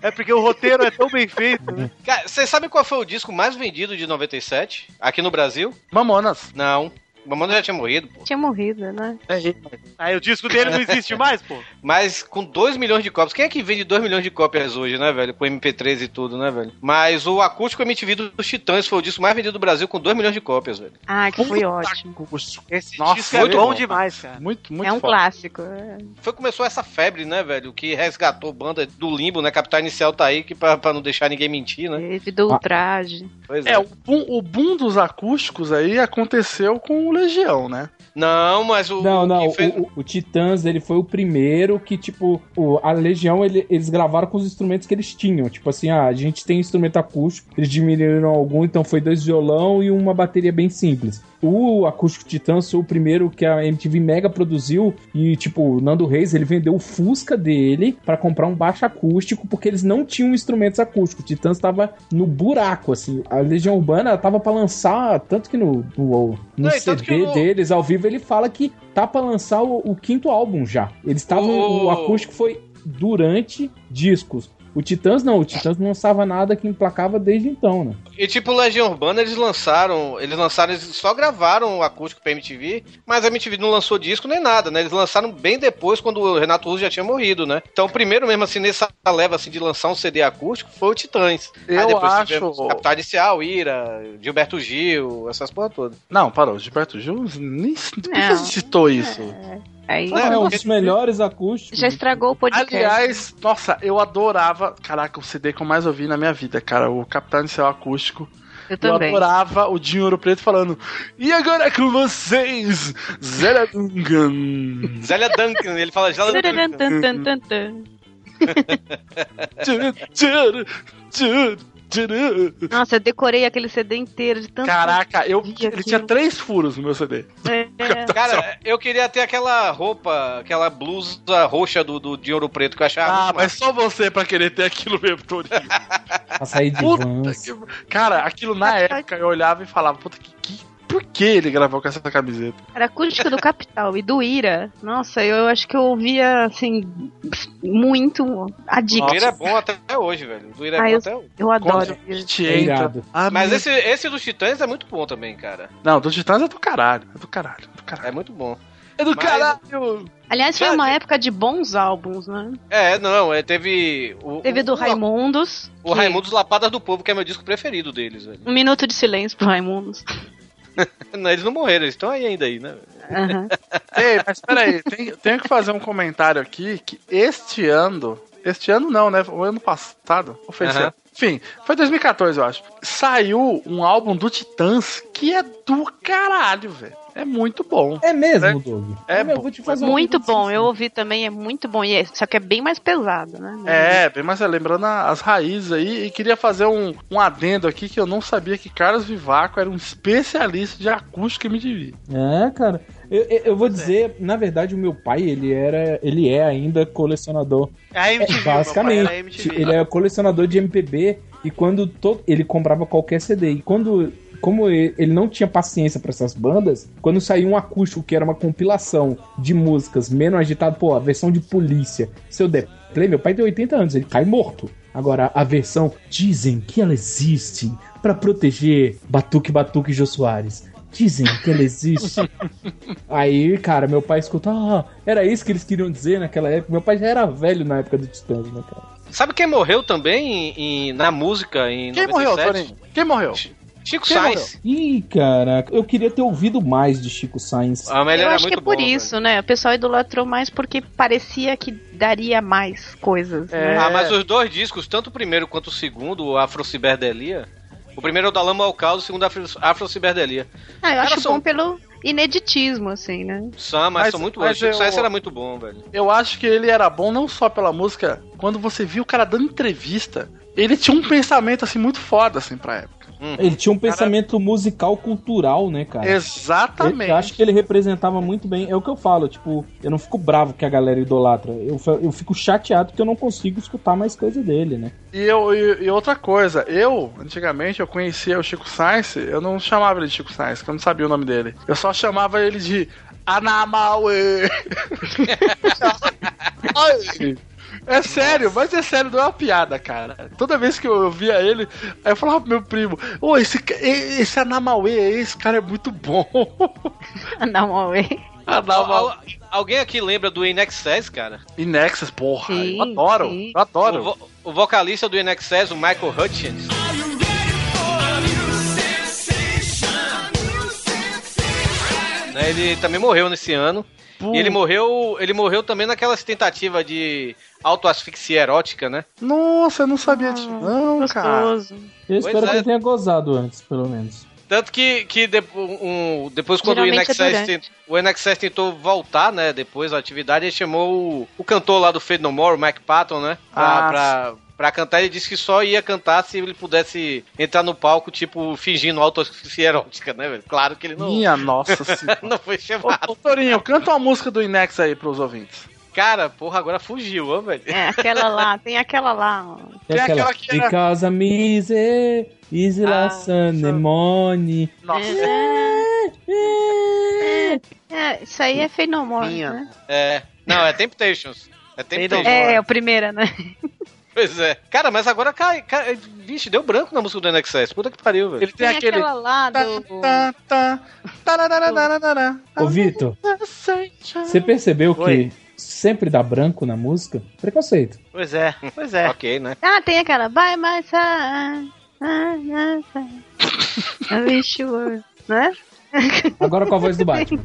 É porque o roteiro é tão bem feito. né? Cara, vocês sabem qual foi o disco mais vendido de 97 aqui no Brasil? Mamonas. Não. Mamona já tinha morrido, pô. É. Tinha morrido, né? Aí Ah, o disco dele não existe mais, pô. Mas com 2 milhões de cópias. Quem é que vende 2 milhões de cópias hoje, né, velho? Com MP3 e tudo, né, velho? Mas o Acústico MTV dos Titãs foi o disco mais vendido do Brasil com 2 milhões de cópias, velho. Ah, que foi Puta ótimo. Esse Nossa, disco é muito bom bom. demais, cara. Muito, muito É um foda. clássico. é. Foi que começou essa febre, né, velho? Que resgatou banda do limbo, né? Capital Inicial tá aí que pra, pra não deixar ninguém mentir, né? Teve do ultraje. Pois é. É, o boom, o boom dos acústicos aí aconteceu com o Legião, né? Não, mas o. Não, não, quem fez- o, o- o Titãs, ele foi o primeiro que, tipo, o- a Legião, ele- eles gravaram com os instrumentos que eles tinham. Tipo assim, ah, a gente tem instrumento acústico, eles diminuíram algum, então foi dois violão e uma bateria bem simples. O Acústico Titãs foi o primeiro que a MTV Mega produziu e, tipo, o Nando Reis, ele vendeu o Fusca dele pra comprar um baixo acústico porque eles não tinham instrumentos acústicos. O Titãs tava no buraco, assim. A Legião Urbana ela tava pra lançar, tanto que no, no, no Não, e tanto que CD o- deles, ao vivo, ele fala que tá pra lançar o, o quinto álbum já. Eles estavam. O- O acústico foi durante discos. O Titãs não, o Titãs não lançava nada que emplacava desde então, né? E tipo, Legião Urbana, eles lançaram. Eles lançaram, eles só gravaram o acústico pra MTV, mas a MTV não lançou disco nem nada, né? Eles lançaram bem depois, quando o Renato Russo já tinha morrido, né? Então, o primeiro mesmo, assim, nessa leva assim, de lançar um CD acústico foi o Titãs. Eu acho- tivemos Capital Inicial, Ira, Gilberto Gil, essas porra todas. Não, parou, Gilberto Gil nem por que Não. você citou isso. Aí Não, Foram porque- os é um melhores acústicos. já estragou o podcast. É, né? Aliás, nossa, eu adorava. Caraca, o CD que eu mais ouvi na minha vida, cara, o Capitão Inicial Acústico. eu também. adorava o Dinho Ouro Preto falando. E agora é com vocês, Zé Dungan. Zélia Duncan, ele fala Zélia Tan, Duncan. tan, tan, tan, tan. Tcharam, tcharam, tcharam, tcharam. Nossa, eu decorei aquele CD inteiro de tanto. Caraca, eu, que eu ele vi tinha aquilo. três furos no meu CD. É. Cara, eu queria ter aquela roupa, aquela blusa roxa do, do de ouro preto que eu achava. Ah, muito mas só você pra querer ter aquilo mesmo, Tony. Pra sair de Puta Vans. que- Cara, aquilo na época eu olhava e falava, puta que. que- por que ele gravou com essa camiseta? Era acústica do Capital e do Ira. Nossa, eu acho que eu ouvia, assim, muito a massa. O Ira dica. é bom até hoje, velho. O Ira é Ah, bom até hoje. Eu adoro. assim? a Ira. gente É entra. irado. Ah, Mas meu- esse, esse dos Titãs é muito bom também, cara. Não, do Titãs é do caralho. É do caralho. É do caralho. É muito bom. É do Mas- caralho! Aliás, foi Já- uma época de bons álbuns, né? É, não, é, teve. O, Teve o- do Raimundos. O Raimundos Lapadas do Povo, que é meu disco preferido deles, velho. Um minuto de silêncio pro Raimundos. Não, eles não morreram, eles estão aí ainda aí, né? Ei, mas peraí, tem, tenho que fazer um comentário aqui que este ano. Este ano não, né? O ano passado. Ou foi esse Aham. ano? Enfim, foi 2014, eu acho. Saiu um álbum do Titãs que é do caralho, velho. É muito bom. É mesmo, Doug? É, Olha, eu bom. vou te fazer uma Muito pergunta bom, eu ouvi também, é muito bom. E é- só que é bem mais pesado, né? É, bem mais lembrando a- as raízes aí, e queria fazer um, um adendo aqui que eu não sabia que Carlos Vivaco era um especialista de acústica MTV. É, cara. Eu, eu, eu vou dizer, na verdade, o meu pai, ele era. Ele é ainda colecionador. É a MTV, meu pai basicamente. era a MTV. Ele é colecionador de MPB e quando todo. Ele comprava qualquer CD. E quando. Como e- ele não tinha paciência pra essas bandas, quando saiu um acústico que era uma compilação de músicas menos agitado, pô, a versão de polícia, seu eu der play, meu pai tem 80 anos, ele cai morto. Agora, a versão dizem que ela existe pra proteger Batuque Batuque Jô Soares. Dizem que ela existe Aí, cara, meu pai escuta, ah, era isso que eles queriam dizer naquela época. Meu pai já era velho na época do Titãs, né, cara? Sabe quem morreu também em- em- na música em Quem 97? morreu, Torinho? Quem morreu? Chico Quem Sainz. Ih, caraca, eu queria ter ouvido mais de Chico Sainz. Ah, mas ele Eu era acho que é muito por bom, isso, né? O pessoal idolatrou mais porque parecia que daria mais coisas. É. né? Ah, mas os dois discos, tanto o primeiro quanto o segundo, o Afro Ciberdelia. O primeiro é o da Lama ao Caos, o segundo é o Afro Ciberdelia. Ah, eu acho são- bom pelo ineditismo, assim, né? São, mas, Mas- são muito mas bons. Chico eu- Sainz era muito bom, velho. Eu acho que ele era bom não só pela música, quando você viu o cara dando entrevista, ele tinha um pensamento assim muito foda assim pra época. Ele tinha um pensamento musical cultural, né, cara? Exatamente. Eu acho que ele representava muito bem. É o que eu falo, tipo, eu não fico bravo que a galera idolatra. Eu, fa- eu fico chateado que eu não consigo escutar mais coisa dele, né? E, eu, e, e outra coisa, eu, antigamente, eu conhecia o Chico Sainz, eu não chamava ele de Chico Sainz, porque eu não sabia o nome dele. Eu só chamava ele de Anamaue. Ai, É sério, mas é sério, não é uma piada, cara. Toda vez que eu via ele, aí eu falava pro meu primo, ô, esse, ca- e- esse Anamaue, esse cara é muito bom. Anamaue. Ah, Anamaue. Al- alguém aqui lembra do Inexcess, cara? Inexus, porra, eu adoro, eu adoro. O, vo- o vocalista do Inexcess, o Michael Hutchins. né, Ele também morreu nesse ano. E ele morreu, ele morreu também naquelas tentativas de autoasfixia erótica, né? Nossa, eu não sabia disso. Não, cara. Eu espero é. que ele tenha gozado antes, pelo menos. Tanto que, que de- um- depois, quando o Geralmente é NXS, durante. o NXS tentou voltar, né? Depois da atividade, ele chamou o, o cantor lá do Fade No More, o Mike Patton, né? Pra, Ah, pra, pra cantar. Ele disse que só ia cantar se ele pudesse entrar no palco, tipo, fingindo autoasfixia erótica, né, velho? Claro que ele não. Minha nossa senhora. não foi chamado. Ô, Torinho, canta uma música do Inex aí pros ouvintes. Cara, porra, agora fugiu, ó, velho. É, aquela lá, tem aquela lá. ó. É aquela, Because I'm easy, easy like anemone. É, isso aí é Feinomor, né? É. Não, é Temptations. É Temptations. É, é o primeiro, né? Pois é. Cara, mas agora cai. cai vixe, deu branco na música do NXS. Puta que pariu, velho. Ele Tem, aquela lá do... Tá, tá, tararararararará. Ô, Vitor, você percebeu que sempre dá branco na música? Preconceito. Pois é, pois é. ok, né? Ah, tem aquela... By my side, by my side, I É wish you were... Né? Agora com a voz do Batman.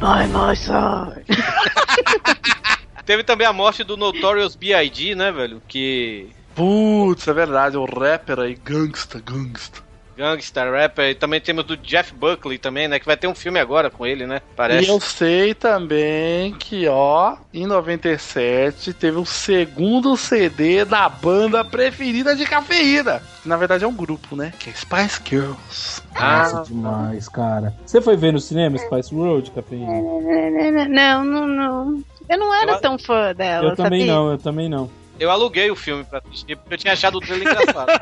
By my side. Teve também a morte do Notorious B.I.G., né, velho? Que Putz, é verdade, o rapper aí, gangsta, gangsta. gangster, rapper. E também temos do Jeff Buckley também, né? Que vai ter um filme agora com ele, né? Parece. E eu sei também que, ó, em 97 teve o segundo CD da banda preferida de cafeína. Que, na verdade é um grupo, né? Que é Spice Girls. Ah. Ah. Nossa, demais, cara. Você foi ver no cinema Spice Road, Capinha? Não, não, não. Eu não era tão fã dela, Eu também É, sabia? não, eu também não. Eu aluguei o filme pra assistir, porque eu tinha achado o trailer engraçado.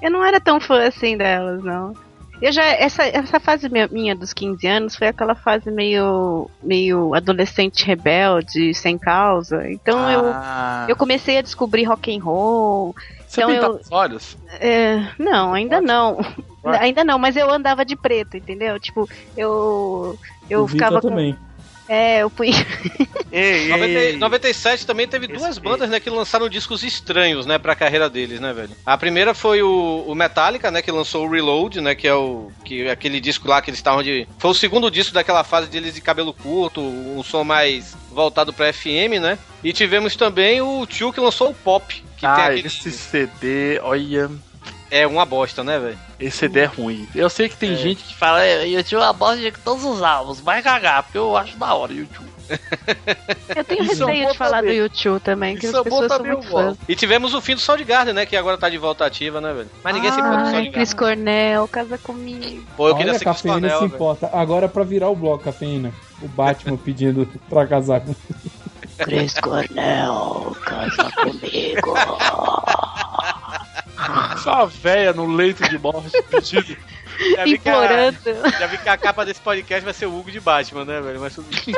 Eu não era tão fã assim delas, não. Eu já essa, essa fase minha, minha dos 15 anos foi aquela fase meio meio adolescente rebelde, sem causa. Então Ah. eu eu comecei a descobrir rock and roll. Você então pintava eu os olhos? é, não, ainda não. Ainda não, mas eu andava de preto, entendeu? Tipo, eu eu O Vitor ficava com também. É, eu fui. Ei, 97 também teve duas bandas né, que lançaram discos estranhos, né, pra carreira deles, né, velho? A primeira foi o, o Metallica, né, que lançou o Reload, né, que é o que, aquele disco lá que eles estavam de... Foi o segundo disco daquela fase deles de cabelo curto, um som mais voltado pra FM, né? E tivemos também o Tio que lançou o Pop, que ah, tem aquele... esse CD, olha. É uma bosta, né, velho? Esse CD é ruim. Eu sei que tem gente que fala, "É, eu tinha uma bosta de todos os álbuns, vai cagar, porque eu acho da hora, YouTube. Eu tenho receio de falar do YouTube também, que as pessoas são muito fãs. E tivemos o fim do Soundgarden, né? Que agora tá de volta ativa, né, velho? Mas ninguém se importa do Ai, Soundgarden. Chris Cornell, casa comigo. Pô, Olha, eu tá queria a ser Chris cafeína Cornell, se velho. importa. Agora é pra virar o bloco, cafeína. O Batman pedindo pra casar com. Chris Cornell, casa comigo. Só a véia no leito de morte pedido. Já vi que a- Implorando. já vi que a capa desse podcast vai ser o Hugo de Batman, né, velho? Mas tudo bem.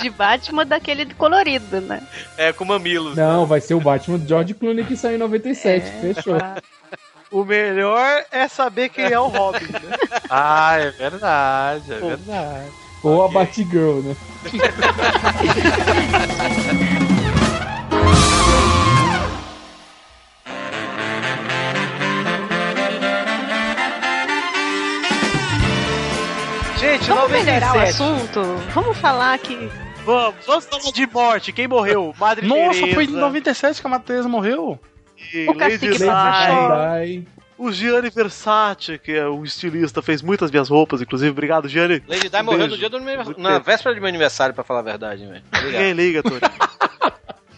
De Batman daquele colorido, né? É, com mamilos. Não, vai ser o Batman do George Clooney que saiu em 97. É. Fechou. O melhor é saber quem é o Robin, né? Ah, é verdade, é Pô. verdade. Ou a Batgirl, né? Gente, Vamos melhorar o 97. assunto? Vamos falar que. Vamos, vamos falar de morte. Quem morreu? Madre Nossa, Teresa. foi em 97 que a Matheus morreu? E O cacique Lady Marshall. Di. O Gianni Versace, que é um estilista, fez muitas minhas roupas, inclusive. Obrigado, Gianni. Lady Um Di morreu no dia do meu, na véspera do meu aniversário, pra falar a verdade, velho. Ninguém Obrigado. liga, Tony.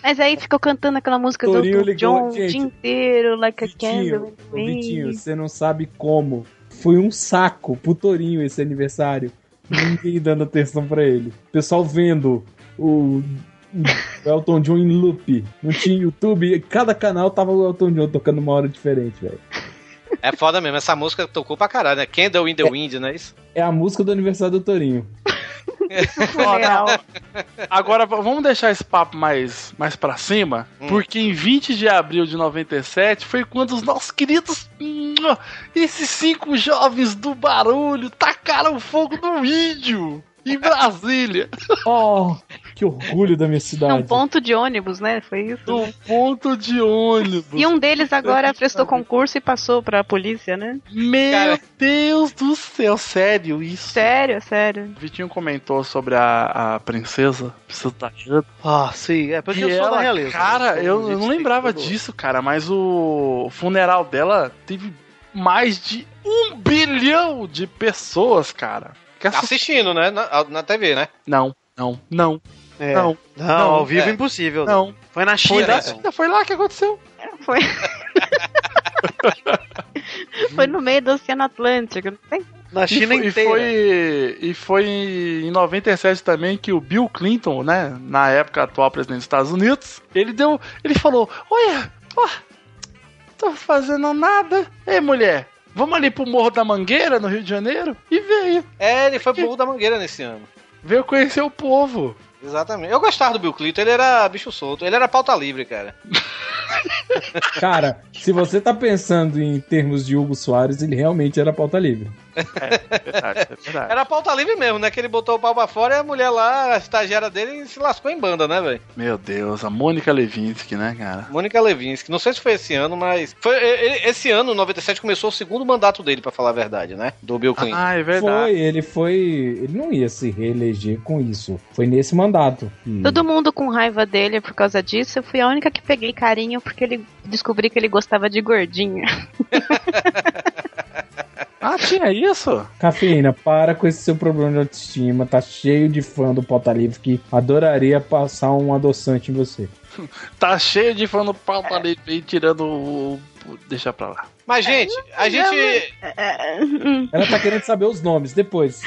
Mas aí ficou cantando aquela música do Torinho Elton ligou, John o gente. dia inteiro, like a Vitinho, candle. ô, Vitinho, você não sabe como. Foi um saco pro Torinho esse aniversário. Ninguém dando atenção pra ele. O pessoal vendo o, o Elton John em loop. Não tinha YouTube. Cada canal tava o Elton John tocando uma hora diferente, velho. É foda mesmo, essa música tocou pra caralho, né? Candle in the Wind, né? Isso? É a música do aniversário do Torinho. Funeral. Agora v- vamos deixar esse papo mais, mais pra cima, Hum. porque em 20 de abril de 97 foi quando os nossos queridos. hum, Esses cinco jovens do barulho tacaram fogo no índio em Brasília. Oh, que orgulho da minha cidade. Num ponto de ônibus, né? Foi isso? Num ponto de ônibus. E um deles agora prestou concurso e passou pra polícia, né? Meu Deus do céu, sério isso? Sério, sério. O Vitinho comentou sobre a, a princesa, princesa da Janta. Ah, sim, é porque E eu sou ela, da realeza. Cara, né? eu, eu Gente, não lembrava tudo. disso, cara, mas o funeral dela teve mais de um bilhão de pessoas, cara. Que assu- Assistindo, né? Na, na TV, né? Não, não, não. É. Não, Não, não, ao vivo é. impossível. né? Não. Foi na Foi China. lá, então. foi lá que aconteceu. Foi. Foi no meio do Oceano Atlântico. Não tem Na China e foi, inteira. E foi, e foi em 97 também que o Bill Clinton, né, na época atual presidente dos Estados Unidos, ele deu, ele falou: "Olha, ó, tô fazendo nada. Ei, mulher, vamos ali pro Morro da Mangueira, no Rio de Janeiro?" E veio, É, ele foi pro Morro da Mangueira nesse ano. veio conhecer o povo. Exatamente. Eu gostava do Bill Clinton, ele era bicho solto. Ele era pauta livre, cara. Cara, se você tá pensando em termos de Hugo Soares, ele realmente era pauta livre. Era pauta livre mesmo, né? Que ele botou o pau pra fora e a mulher lá, a estagiária dele, se lascou em banda, né, velho? Meu Deus, a Mônica Levinsky, né, cara? Mônica Levinsky. Não sei se foi esse ano, mas. Foi, e- e- esse ano, 97, começou o segundo mandato dele, pra falar a verdade, né? Do Bill Clinton. Ah, é Foi, ele foi. Ele não ia se reeleger com isso. Foi nesse mandato. que- Todo mundo com raiva dele por causa disso. Eu fui a única que peguei carinho porque ele descobri que ele gostava de gordinha. Ah, tinha isso? Cafeína, para com esse seu problema de autoestima. Tá cheio de fã do Pauta Livre que adoraria passar um adoçante em você. Tá cheio de fã no pau É. da lei, vem tirando o, o- deixa pra lá. Mas, gente, a gente. Ela tá querendo saber os nomes depois.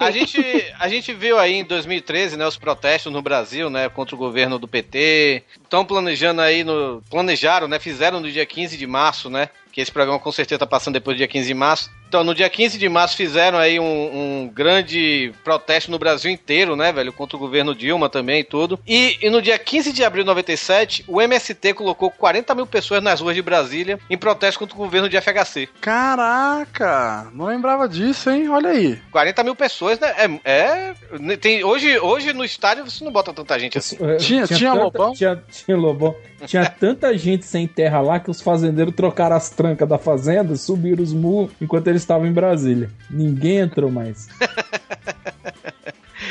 A gente, a gente viu aí em 2013, né, os protestos no Brasil, né, contra o governo do PT. Estão planejando aí no planejaram, né, fizeram no dia 15 de março, né, que esse programa com certeza tá passando depois do dia 15 de março. Então, no dia 15 de março fizeram aí um, um grande protesto no Brasil inteiro, né, velho, contra o governo Dilma também e tudo. E, e no dia 15 de abril de 97, o MST colocou 40 mil pessoas nas ruas de Brasília em protesto contra o governo de FHC. Caraca, não lembrava disso, hein? Olha aí. 40 mil pessoas, né? É. é- tem, hoje, hoje no estádio você não bota tanta gente assim. É, tanta- Tinha, tinha lobão. Tinha tanta gente sem terra lá que os fazendeiros trocaram as trancas da fazenda e subiram os muros enquanto eles estavam em Brasília. Ninguém entrou mais.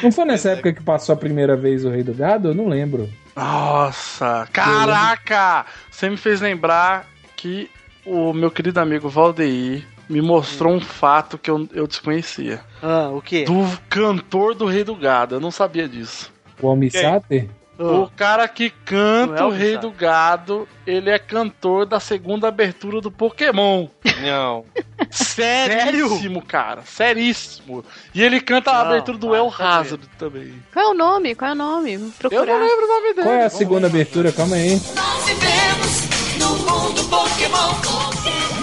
Não foi nessa época que passou a primeira vez o Rei do Gado? Eu não lembro. Nossa, caraca! Você me fez lembrar que o meu querido amigo Valdeir me mostrou um fato que eu, eu desconhecia. Ah, o quê? Do cantor do Rei do Gado, eu não sabia disso. O Almissáter? O cara que Ah. Não canta é o o Rei Bizarro. do Gado, ele é cantor da segunda abertura do Pokémon. Não. Seríssimo, cara. Seríssimo. E ele canta a Não, abertura Ah, do tá El Hazard também. Qual é o nome? Qual é o nome? Vou Procurar. Eu não lembro o nome Qual é a segunda abertura? Calma aí.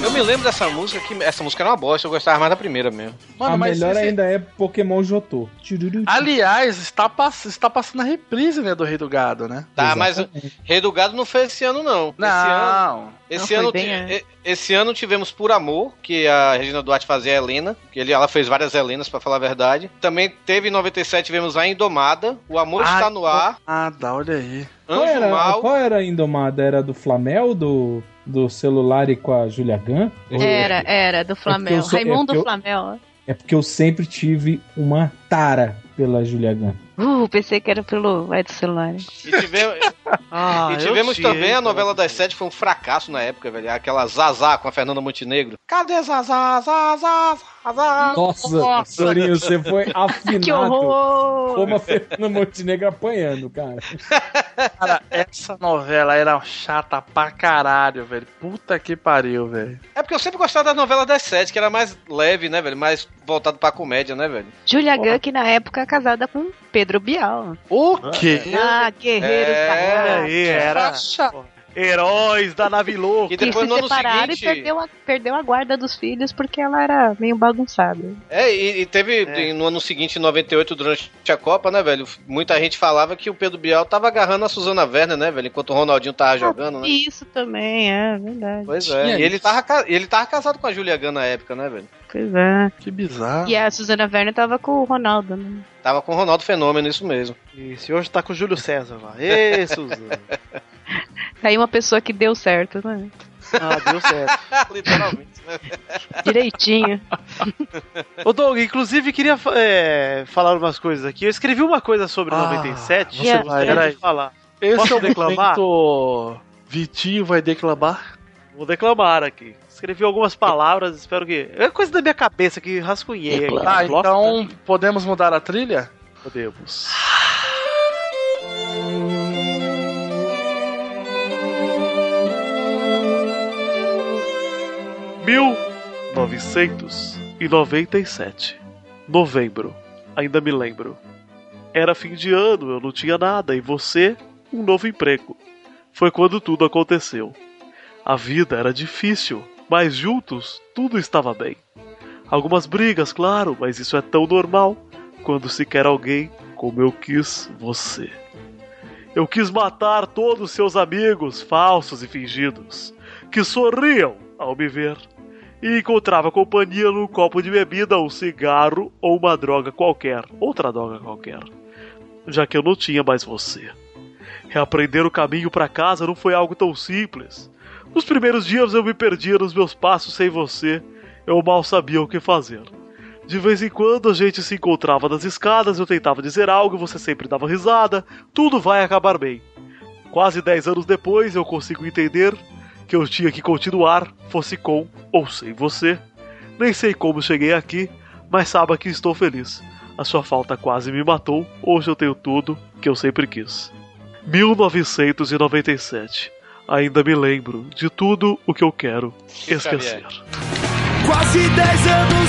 Eu me lembro dessa música que essa música era uma bosta, eu gostava mais da primeira mesmo. a melhor ainda é Pokémon Jotô. Tchururu. Aliás, está, pass- está passando a reprise, né, do Rei do Gado, né? Tá, mas Rei do Gado não foi esse ano, não. Não. Esse Não, foi ano, bem esse ano, ti- antes. e- esse ano tivemos Por Amor, que a Regina Duarte fazia a Helena, que ele, ela fez várias Helenas, pra falar a verdade. Também teve em 97, tivemos a Indomada, O Amor Está No Ar, Ah, dá, olha aí. Qual Anjo era, Mal. qual era a indomada? Era do Flamel, do, do celular e com a Julia Gunn? É. Era, era, do É Flamel. porque eu sou- é Raimundo porque eu- Flamel. É porque eu sempre tive uma tara pela Julia Gunn. Uh, pensei que era pelo é do celular. E tivemos, Ah, e tivemos também a novela das sete, foi um fracasso na época, velho. Aquela Zazá com a Fernanda Montenegro. Cadê Zazá, Zazá, Zazá? Nossa, Sorinho, você foi afinado. Que horror! Como a Fernanda Montenegro apanhando, cara. Cara, essa novela era chata pra caralho, velho. Puta que pariu, velho. É porque eu sempre gostava das novelas das sete, que era mais leve, né, velho? Mais voltado pra comédia, né, velho? Julia Gunn, que na época é casada com Pedro Bial. O quê? Ah, guerreiros É, da aí, era. Heróis da nave louca. E se separaram e perdeu a, perdeu a guarda dos filhos porque ela era meio bagunçada. É, e, e teve em- no ano seguinte, em 98, durante a Copa, né, velho? Muita gente falava que o Pedro Bial tava agarrando a Suzana Werner, né, velho? Enquanto o Ronaldinho tava jogando, né? Isso também, é verdade. Pois é. E ele tava, ca- ele tava casado com a Julia Gunn na época, né, velho? Pois é. Que bizarro. E a Suzana Werner tava com o Ronaldo, né? Tava com o Ronaldo Fenômeno, isso mesmo. Isso, e hoje tá com o Júlio César lá. Ê, Suzana. Tá Aí uma pessoa que deu certo, né? Ah, deu certo. Literalmente, né? Direitinho. Ô, Doug, inclusive queria é, falar umas coisas aqui. Eu escrevi uma coisa sobre 97. você eu vai, gostaria de peraí. falar. Esse Posso é o declamar? momento... Vitinho vai declamar? Vou declamar aqui. Escrevi algumas palavras, espero que. É coisa da minha cabeça que rascunhei. aqui. né? Tá, então podemos mudar a trilha? Podemos. Mil novecentos e noventa e sete. Novembro. Ainda me lembro. Era fim de ano, eu não tinha nada, e você, um novo emprego. Foi quando tudo aconteceu. A vida era difícil, mas juntos tudo estava bem. Algumas brigas, claro, mas isso é tão normal quando se quer alguém como eu quis você. Eu quis matar todos seus amigos falsos e fingidos, que sorriam ao me ver, e encontrava companhia num copo de bebida, um cigarro ou uma droga qualquer, outra droga qualquer, já que eu não tinha mais você. Reaprender o caminho para casa não foi algo tão simples. Nos primeiros dias eu me perdia nos meus passos sem você, eu mal sabia o que fazer. De vez em quando a gente se encontrava nas escadas, eu tentava dizer algo, você sempre dava risada, tudo vai acabar bem. Quase 10 anos depois eu consigo entender que eu tinha que continuar, fosse com ou sem você. Nem sei como cheguei aqui, mas saiba que estou feliz. A sua falta quase me matou, hoje eu tenho tudo que eu sempre quis. 1997. Ainda me lembro de tudo o que eu quero esquecer. Quase 10 anos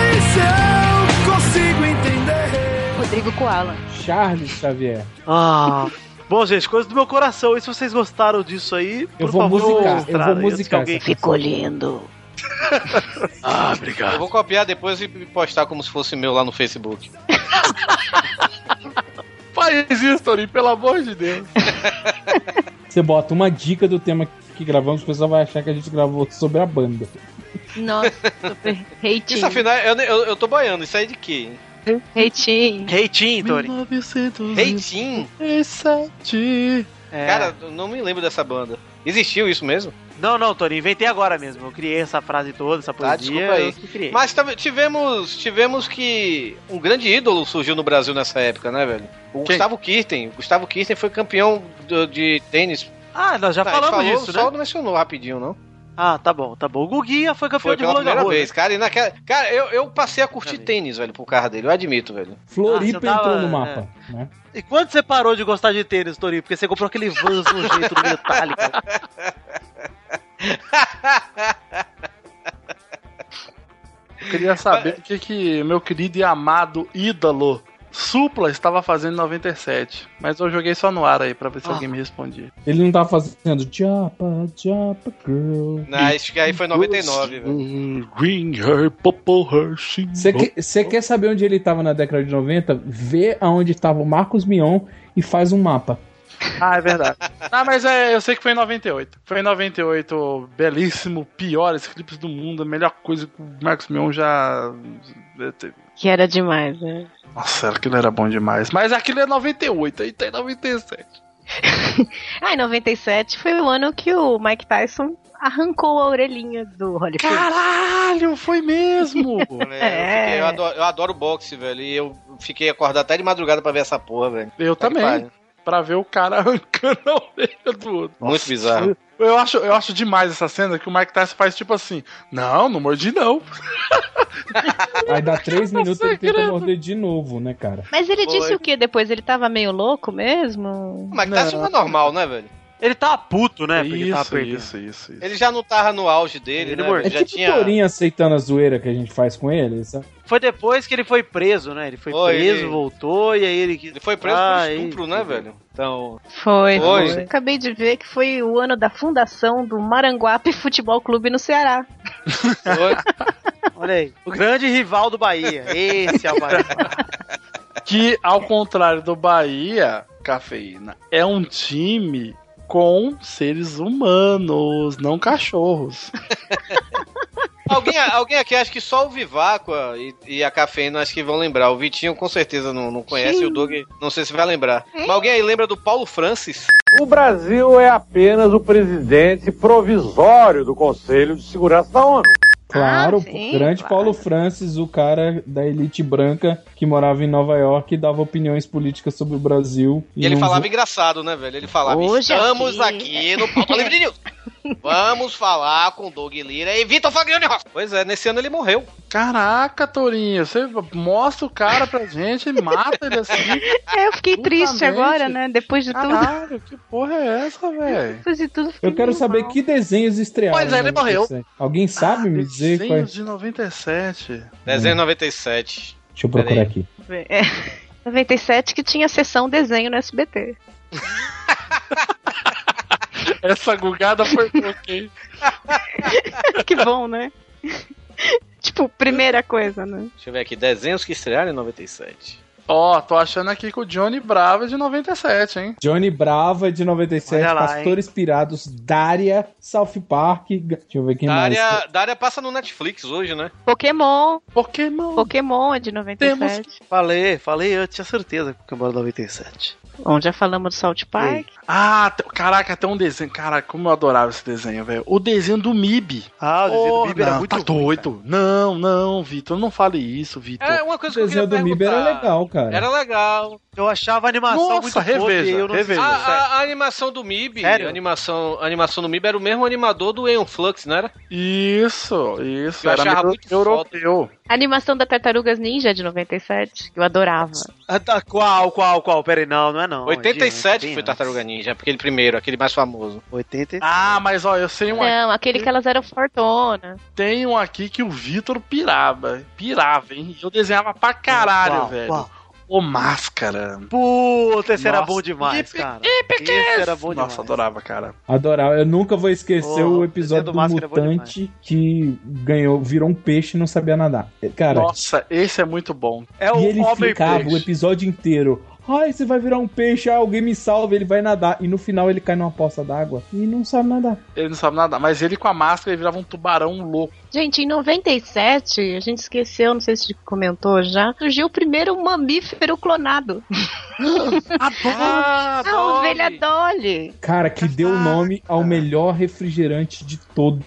depois eu consigo entender. Rodrigo Koala. Charles Xavier. Ah. Bom, gente, coisa do meu coração. E se vocês gostaram disso aí, Eu por vou favor, musicar, eu mostrar vou aí, antes que musicar essa Ficou canção. lindo. Ah, obrigado. Eu vou copiar depois e postar como se fosse meu lá no Facebook. Faz isso, Torinho, pelo amor de Deus. Você bota uma dica do tema que gravamos, o pessoal vai achar que a gente gravou sobre a banda. Nossa, super hating. Isso afinal, eu, eu, eu tô boiando, isso aí de quê? hein? Hating. Hating, Tori. Uhum. 900 Reitinho? É. Cara, eu não me lembro dessa banda. Existiu isso mesmo? Não, não, Tori, inventei agora mesmo. Eu criei essa frase toda, essa Tá, poesia. desculpa aí. eu que criei. Mas tam- tivemos, tivemos que um grande ídolo surgiu no Brasil nessa época, né, velho? O Gustavo Kirten. O Gustavo Kirten foi campeão do- de tênis. Ah, nós já Tá, falamos ele falou, disso, só né? não mencionou rapidinho, não. Ah, tá bom, tá bom. O Guguinha foi campeão Foi de pela rola primeira garro. vez, cara. E naquela, cara, eu, eu passei a Tá curtir tênis, velho, por causa dele. Eu admito, velho. Floripa Ah, você tava- entrou no mapa. é. Né? E quando você parou de gostar de tênis, Tori? Porque você comprou aquele Vans nojento do Metallica. Eu queria saber o que, que meu querido e amado ídolo Supla estava fazendo em 97. Mas eu joguei só no ar aí pra ver se alguém me respondia. Ele não tá fazendo Japa, Japa Girl. Não, isso que aí foi 99, velho. Green her, purple her, she- Você que- você quer saber onde ele tava na década de 90? Vê aonde tava o Marcos Mion e faz um mapa. Ah, é verdade. ah, mas é, eu sei que foi em 98. Foi em 98, o belíssimo, piores clipes do mundo, a melhor coisa que o Marcos Mion já teve. Que era demais, né? Nossa, aquilo era bom demais. Mas aquilo é 98, aí tá tem 97. Ah, em 97 foi o ano que o Mike Tyson arrancou a orelhinha do Hollywood. Caralho, foi mesmo! Olha, né? Eu, É. fiquei- eu adoro, eu adoro boxe, velho. E eu fiquei acordado até de madrugada pra ver essa porra, velho. Eu Tá que também. pariu. Pra ver o cara arrancando a orelha do outro. Muito bizarro. Eu acho, eu acho demais essa cena que o Mike Tyson faz tipo assim: Não, não mordi não. Aí dá três minutos ele tenta Segredo. morder de novo, né, cara? Mas ele Foi. disse o que depois? Ele tava meio louco mesmo? Mas tá não é normal, né, velho? Ele tava puto, né? Porque ele tava Isso, perdendo. isso, isso, isso. Ele já não tava no auge dele, né? É velho? Já tipo o Torinho aceitando a zoeira que a gente faz com ele, sabe? Foi depois que ele foi preso, né? Ele foi Foi, preso, ele- voltou e aí ele. Ele foi preso ah, por estupro, né, velho? Então. Foi, Foi. foi. Acabei de ver que foi o ano da fundação do Maranguape Futebol Clube no Ceará. Olha aí. O grande rival do Bahia. Esse é o Bahia. Que, ao contrário do Bahia, cafeína, é um time com seres humanos, não cachorros. Alguém, alguém aqui acha que só o Viváqua e, e a Cafeína acho que vão lembrar. O Vitinho com certeza não, não conhece, Sim. e o Doug não sei se vai lembrar. Mas alguém aí lembra do Paulo Francis? O Brasil é apenas o presidente provisório do Conselho de Segurança da ONU. Claro, Ah, sim, o grande Paulo Francis, o cara da elite branca que morava em Nova York e dava opiniões políticas sobre o Brasil. E ele não falava vo- engraçado, né, velho? Ele falava: Hoje Estamos aqui, no Pauta Livre News. Vamos falar com Doug Lira e Vitor Faglione Rossi. Pois é, nesse ano ele morreu. Caraca, Torinho, você mostra o cara pra gente e mata ele assim. É, eu fiquei triste agora, né? Depois Ah, de tudo. Caralho, que porra é essa, velho? Depois de tudo. Eu quero saber Uhum. que desenhos estrearam. Pois é, ele em 97. morreu. Alguém sabe me dizer qual é? Ah, Desenhos de 97. Desenho 97. Deixa eu procurar aqui. É. 97 que tinha sessão desenho no SBT. Essa gugada foi ok. que bom, né? tipo, primeira coisa, né? Deixa eu ver aqui: desenhos que estrearam em 97. Ó, tô achando aqui que o Johnny Bravo é de 97, hein? Johnny Brava de 97, Olha lá, Pastores Pirados, Daria, South Park. Deixa eu ver quem mais. Daria, Daria passa no Netflix hoje, né? Pokémon. Pokémon. Pokémon é de 97. Falei, falei, eu tinha certeza que eu moro em 97. Bom, já falamos do Salt Park. Ah, te- caraca, tem um desenho. Caraca, como eu adorava esse desenho, velho. O desenho do Mib. Ah, o desenho do Mib era muito Tá doido. não, não, Vitor, não fale isso, Vitor. É, uma coisa que eu O desenho do Mib era legal, cara. Era legal. Eu achava a animação Nossa, muito reveja, fofa e eu não reveja. Ah, A, a animação do MIB, Sério? a animação, a animação do MIB era o mesmo animador do Eon Flux, não era? Isso, isso. Eu era achava meio muito europeu. A animação da Tartarugas Ninja é de 97, que eu adorava. Ah, tá, qual, qual, qual? Pera aí, não, não é não. 87 foi Tartaruga Ninja, aquele primeiro, aquele mais famoso. 87. Ah, mas ó, eu sei um aqui. Não, aquele que elas eram fortuna. Tem um aqui que o Vitor pirava. Pirava, hein? Eu desenhava pra caralho, Qual, velho. qual? O Máscara. Puta, esse era Nossa, bom demais, que pe- cara. que Esse que é era isso? bom demais. Nossa, adorava, cara. Adorava. Eu nunca vou esquecer Oh, o desenho episódio do do, Máscara é bom mutante que ganhou, virou um peixe e não sabia nadar. Cara, Nossa, esse é muito bom. É e ele homem ficava o episódio inteiro. Ai, você vai virar um peixe, ah, alguém me salva, ele vai nadar. E no final ele cai numa poça d'água e não sabe nadar. Ele não sabe nada, mas ele com a máscara ele virava um tubarão louco. Gente, em 97, a gente esqueceu, não sei se comentou já, surgiu o primeiro mamífero clonado. a ah, a ovelha Dolly. Cara, que deu o nome ao melhor refrigerante de todos.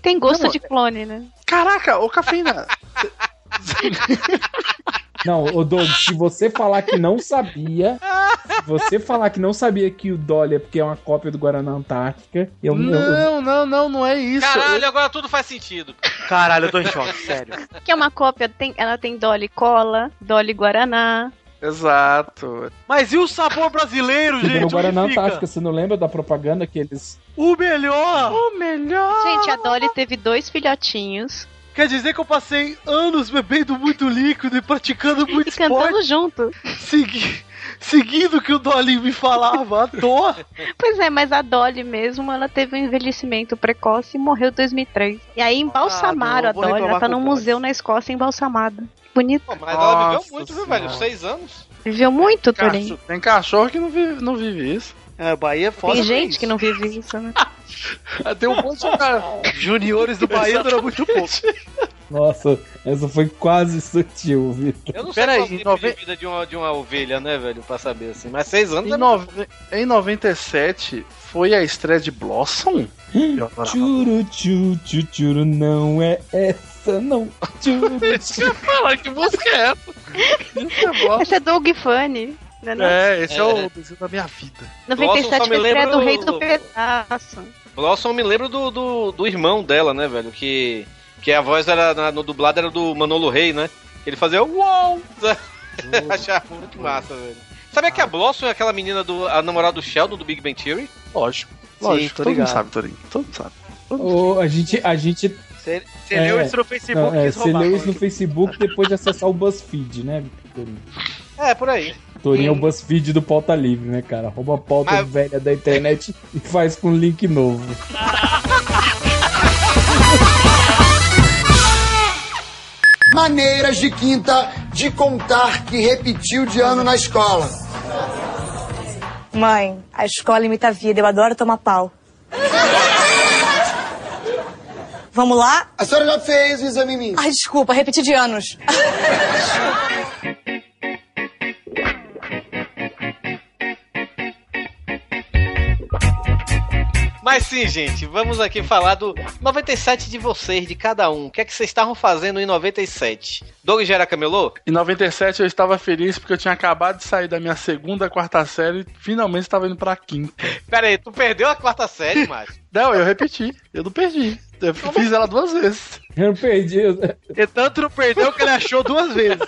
Tem gosto de clone, né? Caraca, ô cafeína. Não, ô Doug, se você falar que não sabia, se você falar que não sabia que o Dolly é porque é uma cópia do Guaraná Antártica, eu eu- eu- Não, não, não, não é isso. Caralho, agora tudo faz sentido. Caralho, eu tô em choque, sério. Que é uma cópia, tem, ela tem Dolly Cola, Dolly Guaraná. Exato. Mas e o sabor brasileiro, gente? o Guaraná Onde fica? Antártica, você não lembra da propaganda que eles. O melhor! O melhor! Gente, a Dolly teve dois filhotinhos Quer dizer que eu passei anos bebendo muito líquido e praticando muito e cantando esporte, junto. segui- seguindo o que o Dolly me falava, à toa. Pois é, mas a Dolly mesmo, ela teve um envelhecimento precoce e morreu em 2003. E aí embalsamaram Ah, não, vou a Dolly, reclamar ela tá com num o museu na Escócia embalsamada. Bonito. Mas ela viveu Nossa muito, viu, velho? Senhora. Seis anos. Viveu muito, Torinho. Cacho- Tem cachorro que não vive, não vive isso. É, Bahia é foda. Tem gente que não vive isso, né? Tem um monte de cara. Juniores do Bahia dura muito pouco. Nossa, essa foi quase sutil, Vitor. Eu não Pera sei aí, qual tempo de vida de uma, de uma ovelha, né, velho? Pra saber assim. Mas seis anos Em, nove- em 97 foi a estreia de Blossom? Eu adorava. Tchuru, tchu, tchu, tchuru, não é essa, não. Tchuru, tchu. Fala, que música é essa? Esse é Doug Funny. Né, não? É, esse é, É. o desenho da minha vida. Nossa, só 97 me foi estreia lembra é do Rei o- do Pedaço. Blossom eu me lembro do, do, do irmão dela, né, velho? Que, que a voz era na- no dublado era do Manolo Rey, né? Ele fazia uou! Achava muito massa, velho. Sabia que a Blossom é aquela menina do. a namorada do Sheldon do Big Bang Theory? Lógico. Sim, Lógico, tô todo mundo ligado. sabe, Torinho. Todo mundo sabe. Ô, a gente. A gente Você você É, leu isso no Facebook não, é, quis você roubar. leu isso no Facebook depois de acessar o BuzzFeed, né, Torinho? É, por aí. Torinho é o BuzzFeed do pauta livre, né, cara? Rouba a pauta velha da internet e faz com link novo. Maneiras de quinta de contar que repetiu de ano na escola. Mãe, a escola imita a vida, eu adoro tomar pau. Vamos lá? A senhora já fez o exame em mim. Ai, desculpa, repeti de anos. Mas sim, gente, vamos aqui falar do 97 de vocês, de cada um. O que é que vocês estavam fazendo em 97? Doug já era camelô? Em 97 eu estava feliz porque eu tinha acabado de sair da minha segunda, quarta série e finalmente estava indo pra quinta. Pera aí, tu perdeu a quarta série, macho? Não, eu repeti. Eu não perdi. Eu fiz ela duas vezes. Eu não perdi. E tanto não perdeu que ele achou duas vezes.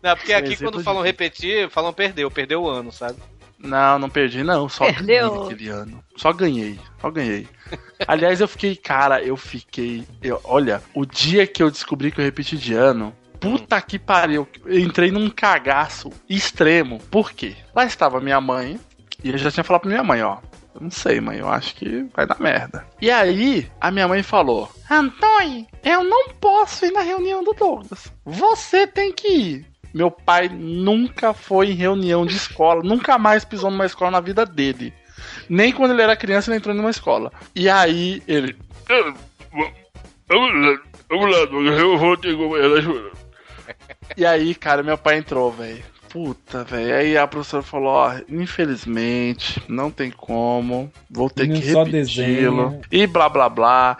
Não, porque aqui Exemplo quando de- falam repetir, falam perdeu, perdeu o ano, sabe? Não, não perdi, não. Só Perdeu. ganhei aquele ano. Só ganhei. Só ganhei. Aliás, eu fiquei, cara, eu fiquei. eu- olha, o dia que eu descobri que eu repeti de ano, puta que pariu. Eu entrei num cagaço extremo. Por quê? Lá estava minha mãe, e eu já tinha falado pra minha mãe, ó. Eu não sei, mãe, eu acho que vai dar merda. E aí, a minha mãe falou: Antônio, eu não posso ir na reunião do Douglas. Você tem que ir. Meu pai nunca foi em reunião de escola, nunca mais pisou numa escola na vida dele. Nem quando ele era criança ele entrou numa escola. E aí ele. Vamos lá, vamos lá, Douglas, eu vou ter que acompanhar. E aí, cara, meu pai entrou, velho. Puta, velho. Aí a professora falou: ó, infelizmente, não tem como. Vou ter Não que só né? repeti-lo. desenha. E blá blá blá.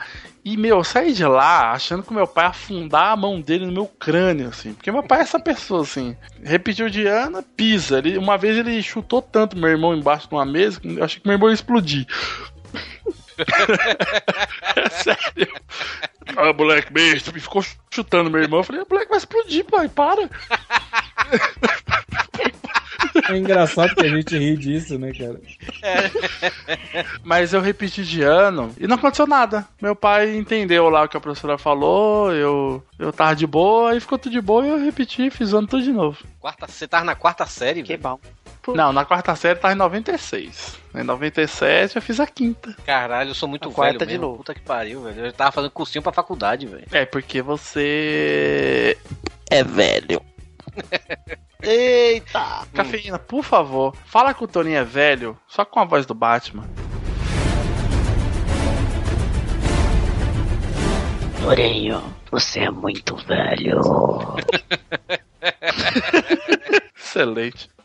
E, meu, eu saí de lá achando que meu pai ia afundar a mão dele no meu crânio, assim. Porque meu pai é essa pessoa, assim. Repetiu de ano, pisa. Ele, uma vez ele chutou tanto meu irmão embaixo de uma mesa que eu achei que meu irmão ia explodir. Sério. Ah, moleque besta, me ficou chutando meu irmão. Eu falei, moleque vai explodir, pai, para. É engraçado que a gente ri disso, né, cara? Mas eu repeti de ano e não aconteceu nada. Meu pai entendeu lá o que a professora falou, eu, eu tava de boa, aí ficou tudo de boa e eu repeti, fiz o ano tudo de novo. Quarta, você tava na quarta série, que velho? bom. Não, na quarta série tava em 96. Em 97 eu fiz a quinta. Caralho, eu sou muito velho quarta mesmo. de novo. Puta que pariu, velho. Eu tava fazendo cursinho pra faculdade, velho. É porque você. É velho. Eita! Hum. Cafeína, por favor, fala que o Toninho é velho, só com a voz do Batman. Torinho, você é muito velho. Excelente.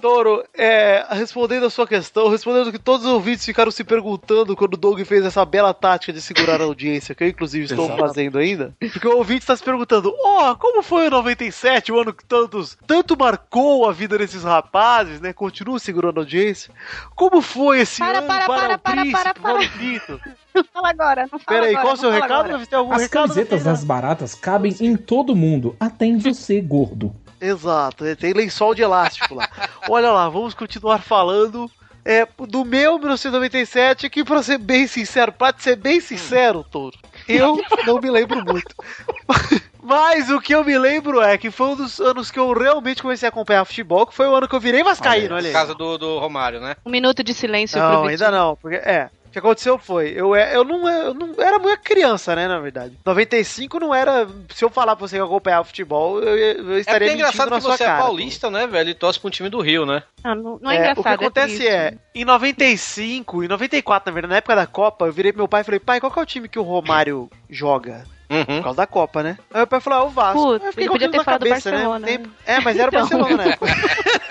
Toro, é, respondendo a sua questão, respondendo o que todos os ouvintes ficaram se perguntando quando o Doug fez essa bela tática de segurar a audiência, que eu inclusive estou Exato. fazendo ainda, porque o ouvinte está se perguntando, ó, como foi o 97, o ano que tantos, tanto marcou a vida desses rapazes, né, continua segurando a audiência, como foi esse ano para, para, para, para, fala agora, não fala Pera aí, qual é agora, o não seu fala recado? agora. Você tem algum As recado? camisetas das baratas cabem em todo mundo, até em você, gordo. Exato, é, tem lençol de elástico lá. Olha lá, vamos continuar falando é, do meu 1997, que pra ser bem sincero, pra te ser bem sincero, Toro, eu não me lembro muito. Mas o que eu me lembro é que foi um dos anos que eu realmente comecei a acompanhar futebol, que foi o ano que eu virei vascaíno, olha Por aí. causa do, do Romário, né? Um minuto de silêncio Não, pro Vitinho. ainda não, porque é. O que aconteceu foi, eu, é- eu, não, eu não era muito criança, né, na verdade. 95 não era. Se eu falar pra você que eu acompanhava futebol, eu, eu É porque estaria é mentindo engraçado na que sua você cara. é paulista, né, velho? E torce pra um time do Rio, né? Não, não, não é, O que engraçado. acontece é, é, em 95, em 94, na verdade, na época da Copa, eu virei pro meu pai e falei, pai, qual que é o time que o Romário joga? Uhum. Por causa da Copa, né? Aí o pai falou, ah, o Vasco. Putz, Aí eu fiquei ele com podia aquilo ter na falado cabeça, Barcelona, Né? né? Tem- É, mas era o Então. Barcelona, né?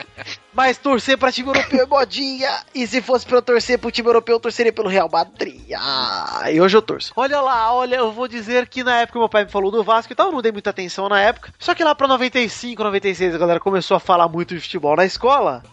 Mas torcer pra time europeu é modinha. E se fosse pra eu torcer pro time europeu, eu torceria pelo Real Madrid. Ah, e hoje eu torço. Olha lá, olha, eu vou dizer que na época meu pai me falou do Vasco e tal, eu não dei muita atenção na época. Só que lá pra 95, 96, a galera começou a falar muito de futebol na escola.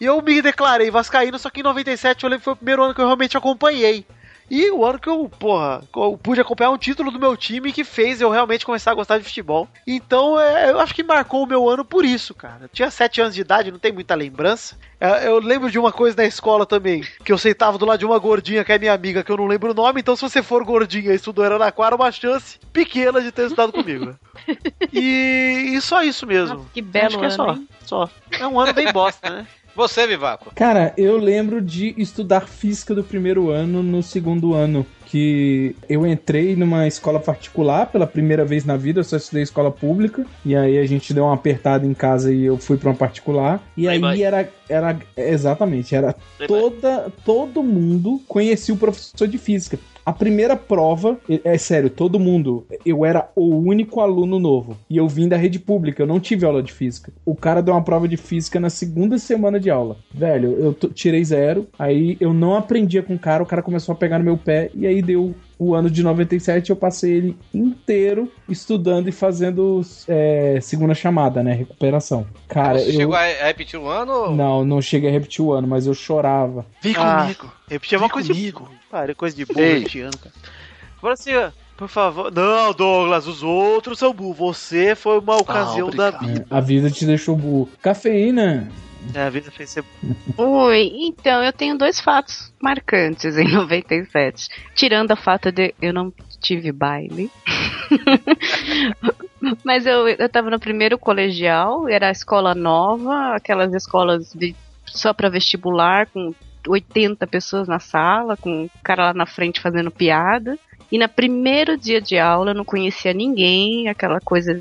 E eu me declarei vascaíno, só que em 97 eu lembro que foi o primeiro ano que eu realmente acompanhei. E o ano que eu, porra, eu pude acompanhar um título do meu time que fez eu realmente começar a gostar de futebol. Então, é, eu acho que marcou o meu ano por isso, cara. Eu tinha 7 anos de idade, não tem muita lembrança. É, Eu lembro de uma coisa na escola também, que eu sentava do lado de uma gordinha que é minha amiga, que eu não lembro o nome, então se você for gordinha e estudou em Araraquara, uma chance pequena de ter estudado comigo. né? E, e só isso mesmo. Ah, que belo Acho que é ano, só, hein? só. É um ano bem bosta, né? Você, Vivaco. Cara, eu lembro de estudar física do primeiro ano no segundo ano. Que eu entrei numa escola particular pela primeira vez na vida, eu só estudei escola pública. E aí a gente deu uma apertada em casa e eu fui pra uma particular. E aí era. era Exatamente, era toda, todo mundo conhecia o professor de física. A primeira prova, é- é sério, todo mundo, eu era o único aluno novo. E eu vim da rede pública, eu não tive aula de física. O cara deu uma prova de física na segunda semana de aula. Velho, eu t- tirei zero, aí eu não aprendia com o cara, o cara começou a pegar no meu pé, e aí deu o ano de 97, eu passei ele inteiro estudando e fazendo é, segunda chamada, né? Recuperação. Cara, Você eu. chegou a a repetir o ano? ou- Não, não cheguei a repetir o ano, mas eu chorava. Vem comigo. Repetir uma coisa de. Cara, coisa de burro Ei. este ano, cara. Agora sim, por favor. Não, Douglas, os outros são burros. Você foi Ah, uma ocasião da vida. É, A vida te deixou burro. Cafeína. É, a vida fez ser. Oi, então eu tenho dois fatos marcantes em 97. Tirando a fato de eu não tive baile. Mas eu, eu tava no primeiro colegial, era a escola nova, aquelas escolas de- só pra vestibular, com 80 pessoas na sala, com o cara lá na frente fazendo piada. E no primeiro dia de aula eu não conhecia ninguém, aquela coisa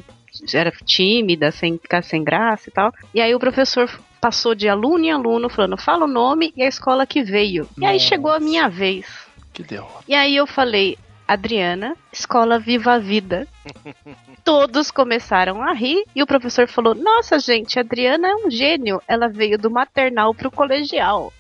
era tímida, sem ficar sem graça e tal. E aí o professor passou de aluno em aluno, falando, fala o nome e a escola que veio. E aí chegou a minha vez. Que deu. E aí eu falei, Adriana, escola viva a vida. Todos começaram a rir e o professor falou: Nossa, gente, a Adriana é um gênio. Ela veio do maternal pro colegial.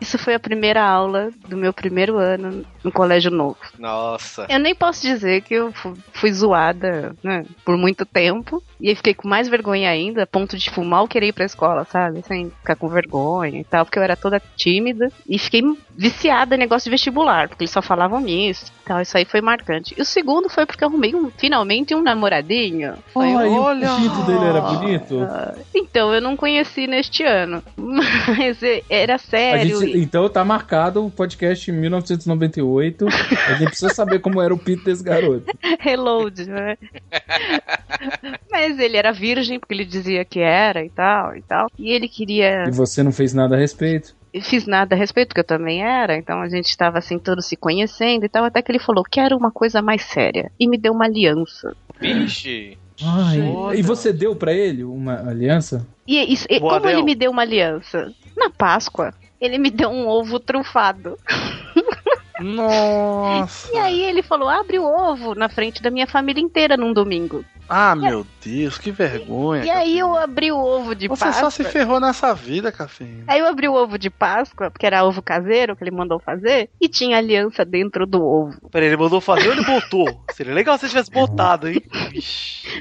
Isso foi a primeira aula do meu primeiro ano no colégio novo. Nossa. Eu nem posso dizer que eu fu- fui zoada né, por muito tempo. E aí fiquei com mais vergonha ainda, a ponto de tipo, mal querer ir pra escola, sabe? Sem ficar com vergonha e tal, porque eu era toda tímida. E fiquei viciada em negócio de vestibular, porque eles só falavam nisso e tal. Isso aí foi marcante. E o segundo foi porque eu arrumei um- finalmente um namoradinho. Foi Ai, um- o pedido dele era bonito. Então, eu não conheci neste ano. Mas é, era A sério. gente- então tá marcado o podcast 1998. A gente precisa saber como era o pito desse garoto. Reload, né? Mas ele era virgem, porque ele dizia que era e tal e tal. E ele queria. E você não fez nada a respeito. fiz nada a respeito, que eu também era, então a gente estava assim, todos se conhecendo e tal, até que ele falou, quero uma coisa mais séria. E me deu uma aliança. Vixe. Ai, Foda. e você deu pra ele uma aliança? E, é isso- e Boa, como Bel. ele me deu uma aliança? Na Páscoa, ele me deu um ovo trufado. Nossa! E aí ele falou, abre o ovo na frente da minha família inteira num domingo. Ah, meu Deus, que vergonha. E aí eu abri o ovo de É, tá. Você Páscoa. só se ferrou nessa vida, Cafim. Aí eu abri o ovo de Páscoa, porque era ovo caseiro que ele mandou fazer, e tinha aliança dentro do ovo. Peraí, ele mandou fazer ou ele botou? Seria legal se ele tivesse botado, hein?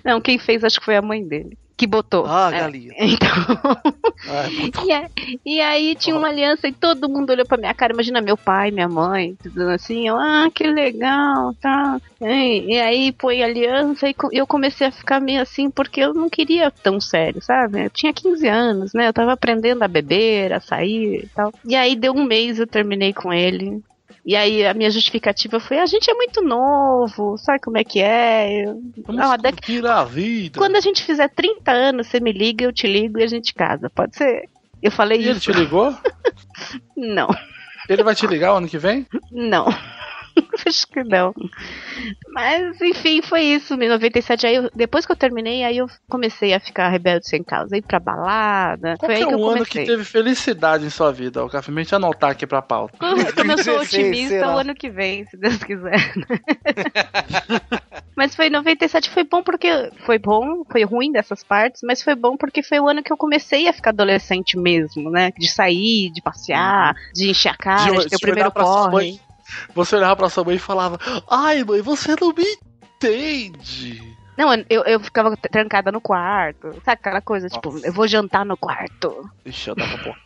Não, quem fez acho que foi a mãe dele. Que botou. Ah, É. galinha. E, a- e aí tinha uma aliança e todo mundo olhou pra minha cara. Imagina meu pai, minha mãe, tudo assim. Eu, ah, que legal, tá. E, e aí põe aliança e co- eu comecei a ficar meio assim, porque eu não queria tão sério, sabe? Eu tinha 15 anos, né? Eu tava aprendendo a beber, a sair e tal. E aí deu um mês eu terminei com ele. E aí a minha justificativa foi, a gente é muito novo, sabe como é que é? Eu, ó, daqui- Tira a vida. quando a gente fizer 30 anos, você me liga, eu te ligo e a gente casa, pode ser? Eu falei E ele é isso. te ligou? Não, Ele vai te ligar o ano que vem? não. Acho que não. Mas, enfim, foi isso. Em 97, aí eu- depois que eu terminei, aí eu comecei a ficar rebelde sem causa, ir pra balada. foi Qual que aí é que eu o ano comecei. que teve felicidade em sua vida? O Cafim, deixa eu anotar aqui pra pauta. Ah, Como eu sou 2016, otimista, será? o ano que vem, se Deus quiser. né? mas foi 97, foi bom porque foi bom, foi ruim dessas partes, mas foi bom porque foi o ano que eu comecei a ficar adolescente mesmo, né? De sair, de passear, de encher a cara, de, De- ter o de olhar Ah, primeiro pra sua corre. mãe- Você olhava pra sua mãe e falava: Ai, mãe, você não me entende. Não, eu, eu ficava t- trancada no quarto, sabe aquela coisa, tipo, eu vou jantar no quarto. Ixi, eu dava porra.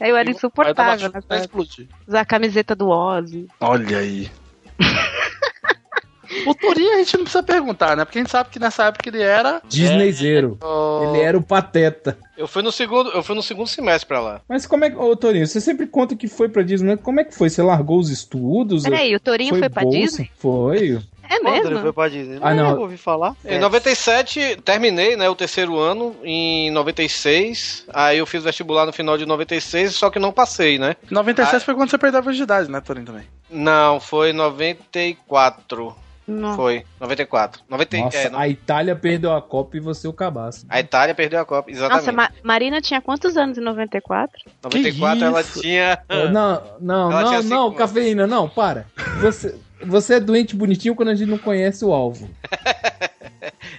Aí eu era Aí dava insuportável, chute né? pra explodir. Usar a camiseta do Ozzy. Olha aí. O Turinho a gente não precisa perguntar, né? Porque a gente sabe que nessa época ele era. É. Disneyzeiro. Oh. Ele era o pateta. Eu fui no segundo, eu fui no segundo semestre pra lá. Mas como é que. Ô, Torinho, você sempre conta que foi pra Disney. né? Como é que foi? Você largou os estudos? Peraí, o Torinho foi pra bolsa? Disney? Foi. É Quando mesmo? ele foi pra Disney? Ah, não. Eu ouvi falar. É, Em 97, terminei né, o terceiro ano, em 96. Aí eu fiz vestibular no final de 96, só que não passei, É. né? 96 foi quando você perdeu a virgindade, né, Torinho também? Não, foi 94. Ah. Foi, 94. 90, Nossa, é, no- a Itália perdeu a Copa e você o cabaço. a Itália perdeu a Copa, exatamente. Nossa, Ma- Marina tinha quantos anos em 94? 94 ela isso? tinha. Não, não, Ah. Ela tinha não, cinco não, cafeína, não, para. Você, você é doente bonitinho quando a gente não conhece o alvo.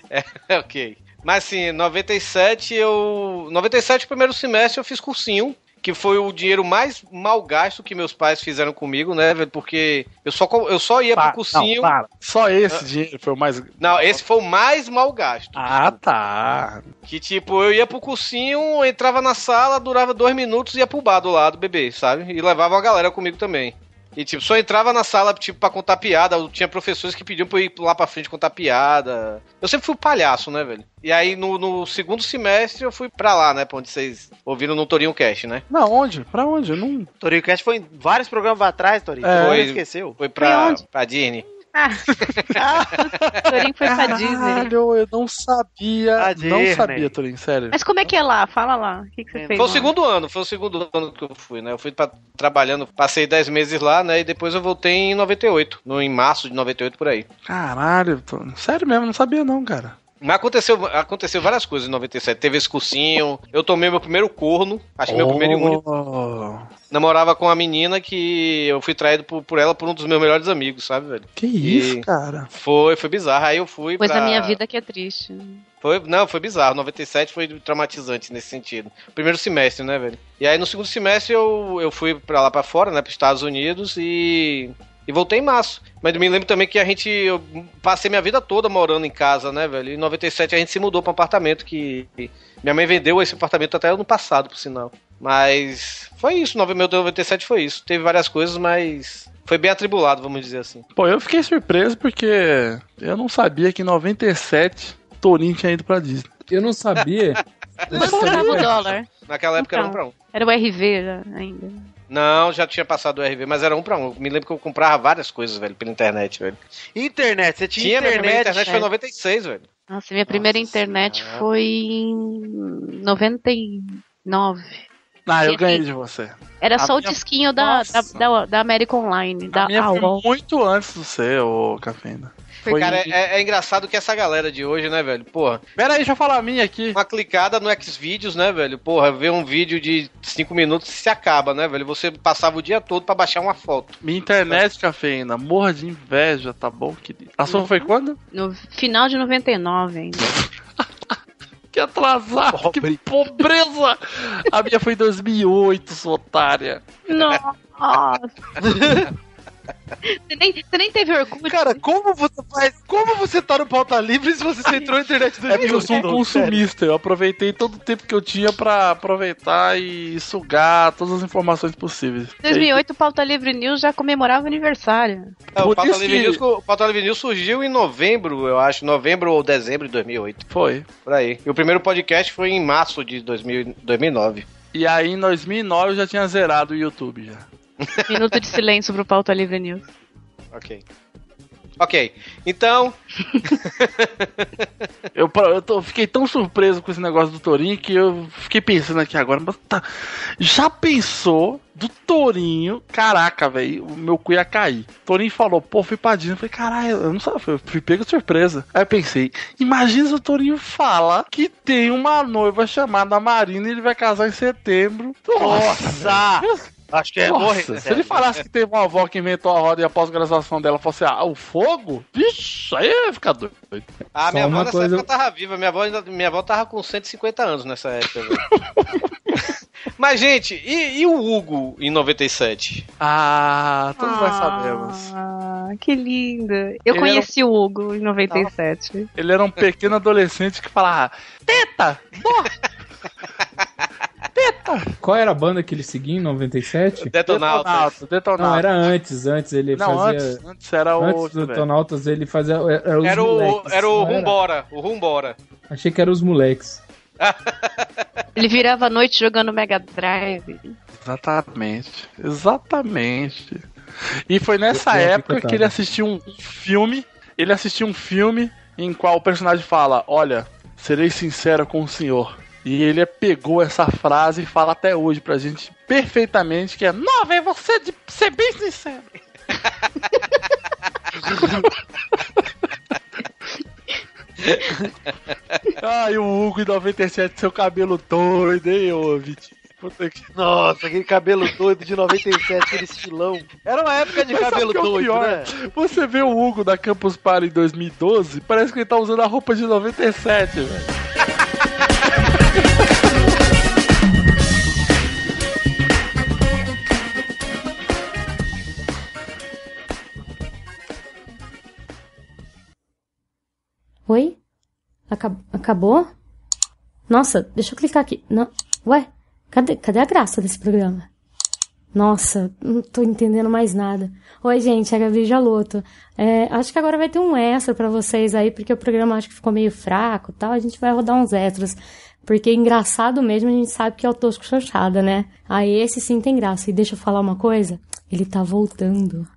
É, ok. Mas assim, 97 eu. 97, primeiro semestre, eu fiz cursinho. Que foi o dinheiro mais mal gasto que meus pais fizeram comigo, né, velho? Porque eu só, co- eu só ia Pa- pro cursinho. Não, para. Só esse Ah. dinheiro foi o mais. Não, esse foi o mais mal gasto. Ah, tá. Que tipo, eu ia pro cursinho, entrava na sala, durava dois minutos e ia pro bar do lado beber, sabe? E levava a galera comigo também. E tipo, só entrava na sala, tipo, pra contar piada. Eu Tinha professores que pediam pra eu ir lá pra frente contar piada. Eu sempre fui o palhaço, né, velho? E aí, no, no segundo semestre, eu fui pra lá, né? Pra onde vocês ouviram no Torinho Cast, né? Na onde? Pra onde? Eu Não. Torinho Cast foi em vários programas atrás, Torinho. É. Ele Foi- esqueceu. Foi pra, pra Disney. Torinho foi Ah. pra Disney. Caralho, eu não sabia. Disney. Não sabia, Torinho, sério. Mas como é que é lá? Fala lá. O que, que você fez? Foi o lá? segundo ano, foi o segundo ano que eu fui, né? Eu fui pra, trabalhando, passei 10 meses lá, né? E depois eu voltei em 98, no, em março de 98 por aí. Caralho, Torinho. Sério mesmo, não sabia não, cara. Mas aconteceu, aconteceu várias coisas em 97. Teve esse cursinho, eu tomei meu primeiro corno, acho que meu Oh. primeiro e único. único. Namorava com uma menina que eu fui traído por, por ela por um dos meus melhores amigos, sabe, velho? Que E- isso, cara? Foi, foi bizarro. Aí eu fui Pois pra... a minha vida que é triste. Foi, não, foi bizarro. 97 foi traumatizante nesse sentido. Primeiro semestre, né, velho? E aí no segundo semestre eu, eu fui pra lá pra fora, né, pros Estados Unidos e. E voltei em março. Mas me lembro também que a gente. Eu passei minha vida toda morando em casa, né, velho? Em 97 a gente se mudou pra um apartamento que. Minha mãe vendeu esse apartamento até ano passado, por sinal. Mas. Foi isso. nove- Meu Deus, 97 foi isso. Teve várias coisas, mas. Foi bem atribulado, vamos dizer assim. Pô, eu fiquei surpreso porque eu não sabia que em 97 Torinho tinha ido pra Disney. Eu não sabia. Quanto tava o dólar? Naquela época era um Então. pra um. Era o RV já, ainda. Não, já tinha passado o RV, mas era um pra um. Me lembro que eu comprava várias coisas, velho, pela internet, velho. Internet, você tinha, Tinha, minha internet. primeira internet foi em né? 96, velho. Nossa, minha primeira internet foi em 99. Ah, eu ganhei de você. Era A só o minha- disquinho da, da, da, da América Online, da A minha Ah, foi AOL. muito antes do seu, ô Cafeína. Foi um- Cara, em- é, é engraçado que essa galera de hoje, né, velho? Porra. Pera aí, deixa eu falar a minha aqui. Uma clicada no Xvideos, né, velho? Porra, ver um vídeo de 5 minutos se acaba, né, velho? Você passava o dia todo pra baixar uma foto. Minha internet, Cafeína, morra de inveja, tá bom, querido? A sua foi quando? No final de 99 ainda. Que atrasado, que pobreza! A minha foi em 2008, sua otária. Nossa! você, nem, você nem teve orgulho. Cara, como você faz? Como você tá no pauta livre se você entrou na internet do É porque eu sou um consumista, eu aproveitei todo o tempo que eu tinha pra aproveitar e sugar todas as informações possíveis. Em 2008, o Pauta Livre News já comemorava o aniversário. É, o Por Pauta isso Livre que- News- o Pauta Livre News surgiu em novembro, eu acho. Novembro ou dezembro de 2008. Foi. Por aí. E o primeiro podcast foi em março de 2000, 2009. E aí, em 2009, eu já tinha zerado o YouTube já. Minuto de silêncio pro Pauta Livre News. Ok. Ok. Então, Eu, pra- eu tô- fiquei tão surpreso com esse negócio do Torinho que eu fiquei pensando aqui agora, mas tá. Já pensou do Torinho? Caraca, velho, o meu cu ia cair. Torinho falou, pô, fui padinho. Eu falei, caralho, eu não sabia, eu fui pego de surpresa. Aí eu pensei, imagina se o Torinho fala que tem uma noiva chamada Marina e ele vai casar em setembro. Nossa! Acho que é Nossa, morrer. se ele falasse que teve uma avó que inventou a roda e após a graduação dela fosse ah, o fogo, bicho, aí ia ficar doido. a Ah, minha avó uma nessa coisa- época tava viva. Minha avó, ainda- minha avó tava com 150 anos nessa época. velho. Mas, gente, e, e o Hugo em 97? Ah, todos nós sabemos. Ah, que linda. Eu Ele conheci um- o Hugo em 97. Ele era um pequeno adolescente que falava: "Ah, Teta! Porra! Qual era a banda que ele seguia em 97? Detonautas. Detonautas. Não, era antes, antes ele Não, fazia... antes, antes era o Antes outro, do velho. Detonautas ele fazia... Era, os Era o, moleques, era o não Rumbora. O Rumbora. Achei que era os moleques. Ele virava a noite jogando Mega Drive. Exatamente. Exatamente. E foi nessa Eu- eu época aqui que eu que ele tava. assistiu um filme. Ele assistiu um filme em qual o personagem fala: Olha, serei sincero com o senhor. E ele pegou essa frase e fala até hoje pra gente perfeitamente que é Nova é você de ser bem sincero. Ai, o Hugo em 97, seu cabelo doido, hein, ô Vitinho? Puta que... Nossa, aquele cabelo doido de 97, aquele estilão. Era uma época de Mas sabe cabelo o que é o doido, pior? né? Você vê o Hugo da Campus Party em 2012, parece que ele tá usando a roupa de 97, velho. Oi? Acab- acabou? Nossa, deixa eu clicar aqui. Não, ué, cadê, cadê a graça desse programa? Nossa, não tô entendendo mais nada. Oi, gente, é a Gabi Jaloto. É, acho que agora vai ter um extra pra vocês aí, porque o programa acho que ficou meio fraco e tal. A gente vai rodar uns extras. Porque engraçado mesmo, a gente sabe que é o Tosco Chanchada, né? Aí esse sim tem graça. E deixa eu falar uma coisa: ele tá voltando.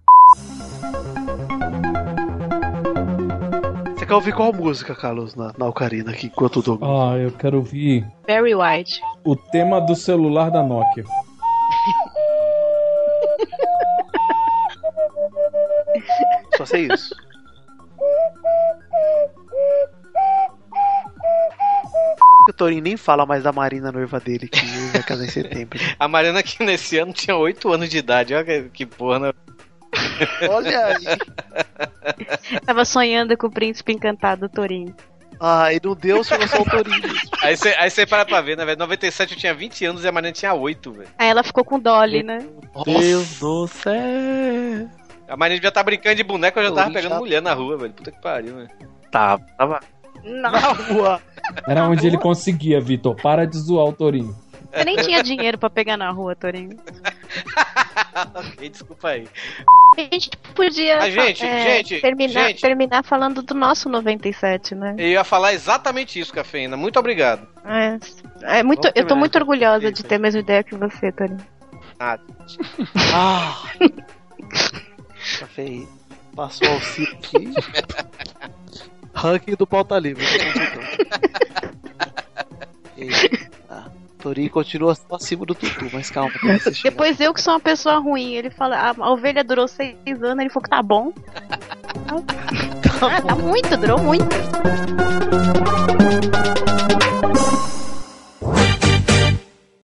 Você quer ouvir qual música, Carlos, na, na Ocarina aqui, enquanto o Douglas? Ah, eu quero ouvir Barry White. o tema do celular da Nokia. Só sei isso. O Torinho nem fala mais da Marina noiva dele que vai casar em setembro. A Mariana que nesse ano tinha 8 anos de idade. Olha que, que porra, né? Olha aí. Tava sonhando com o príncipe encantado Torinho. Ah, e não deu se eu sou o Torinho. Aí você aí você para pra ver, né, velho? 97 eu tinha 20 anos e a Mariana tinha 8, velho. Aí ela ficou com Dolly, né? Deus do céu. A Mariana devia estar brincando de boneco, eu já tava Ui, pegando chato. mulher na rua, velho. Puta que pariu, né? velho. Tá, tava. Não. Era onde ele conseguia, Vitor. Para de zoar o Torinho. Você nem tinha dinheiro pra pegar na rua, Torinho. ok, desculpa aí. A gente podia Mas, gente, é, gente, terminar, gente. terminar falando do nosso 97, né? Eu ia falar exatamente isso, Cafeína. Muito obrigado. É, é muito, eu tô Vamos terminar, muito então. orgulhosa Isso de aí. ter a mesma ideia que você, Tony. Ah, Ah! Café passou ao circo aqui. Ranking do pauta livre. Eita. Tori continua só acima do Tutu, mas calma. que você chega. Depois eu que sou uma pessoa ruim. Ele fala, "Ah, a, a ovelha durou seis anos, ele falou que tá bom. ah, tá muito, durou muito.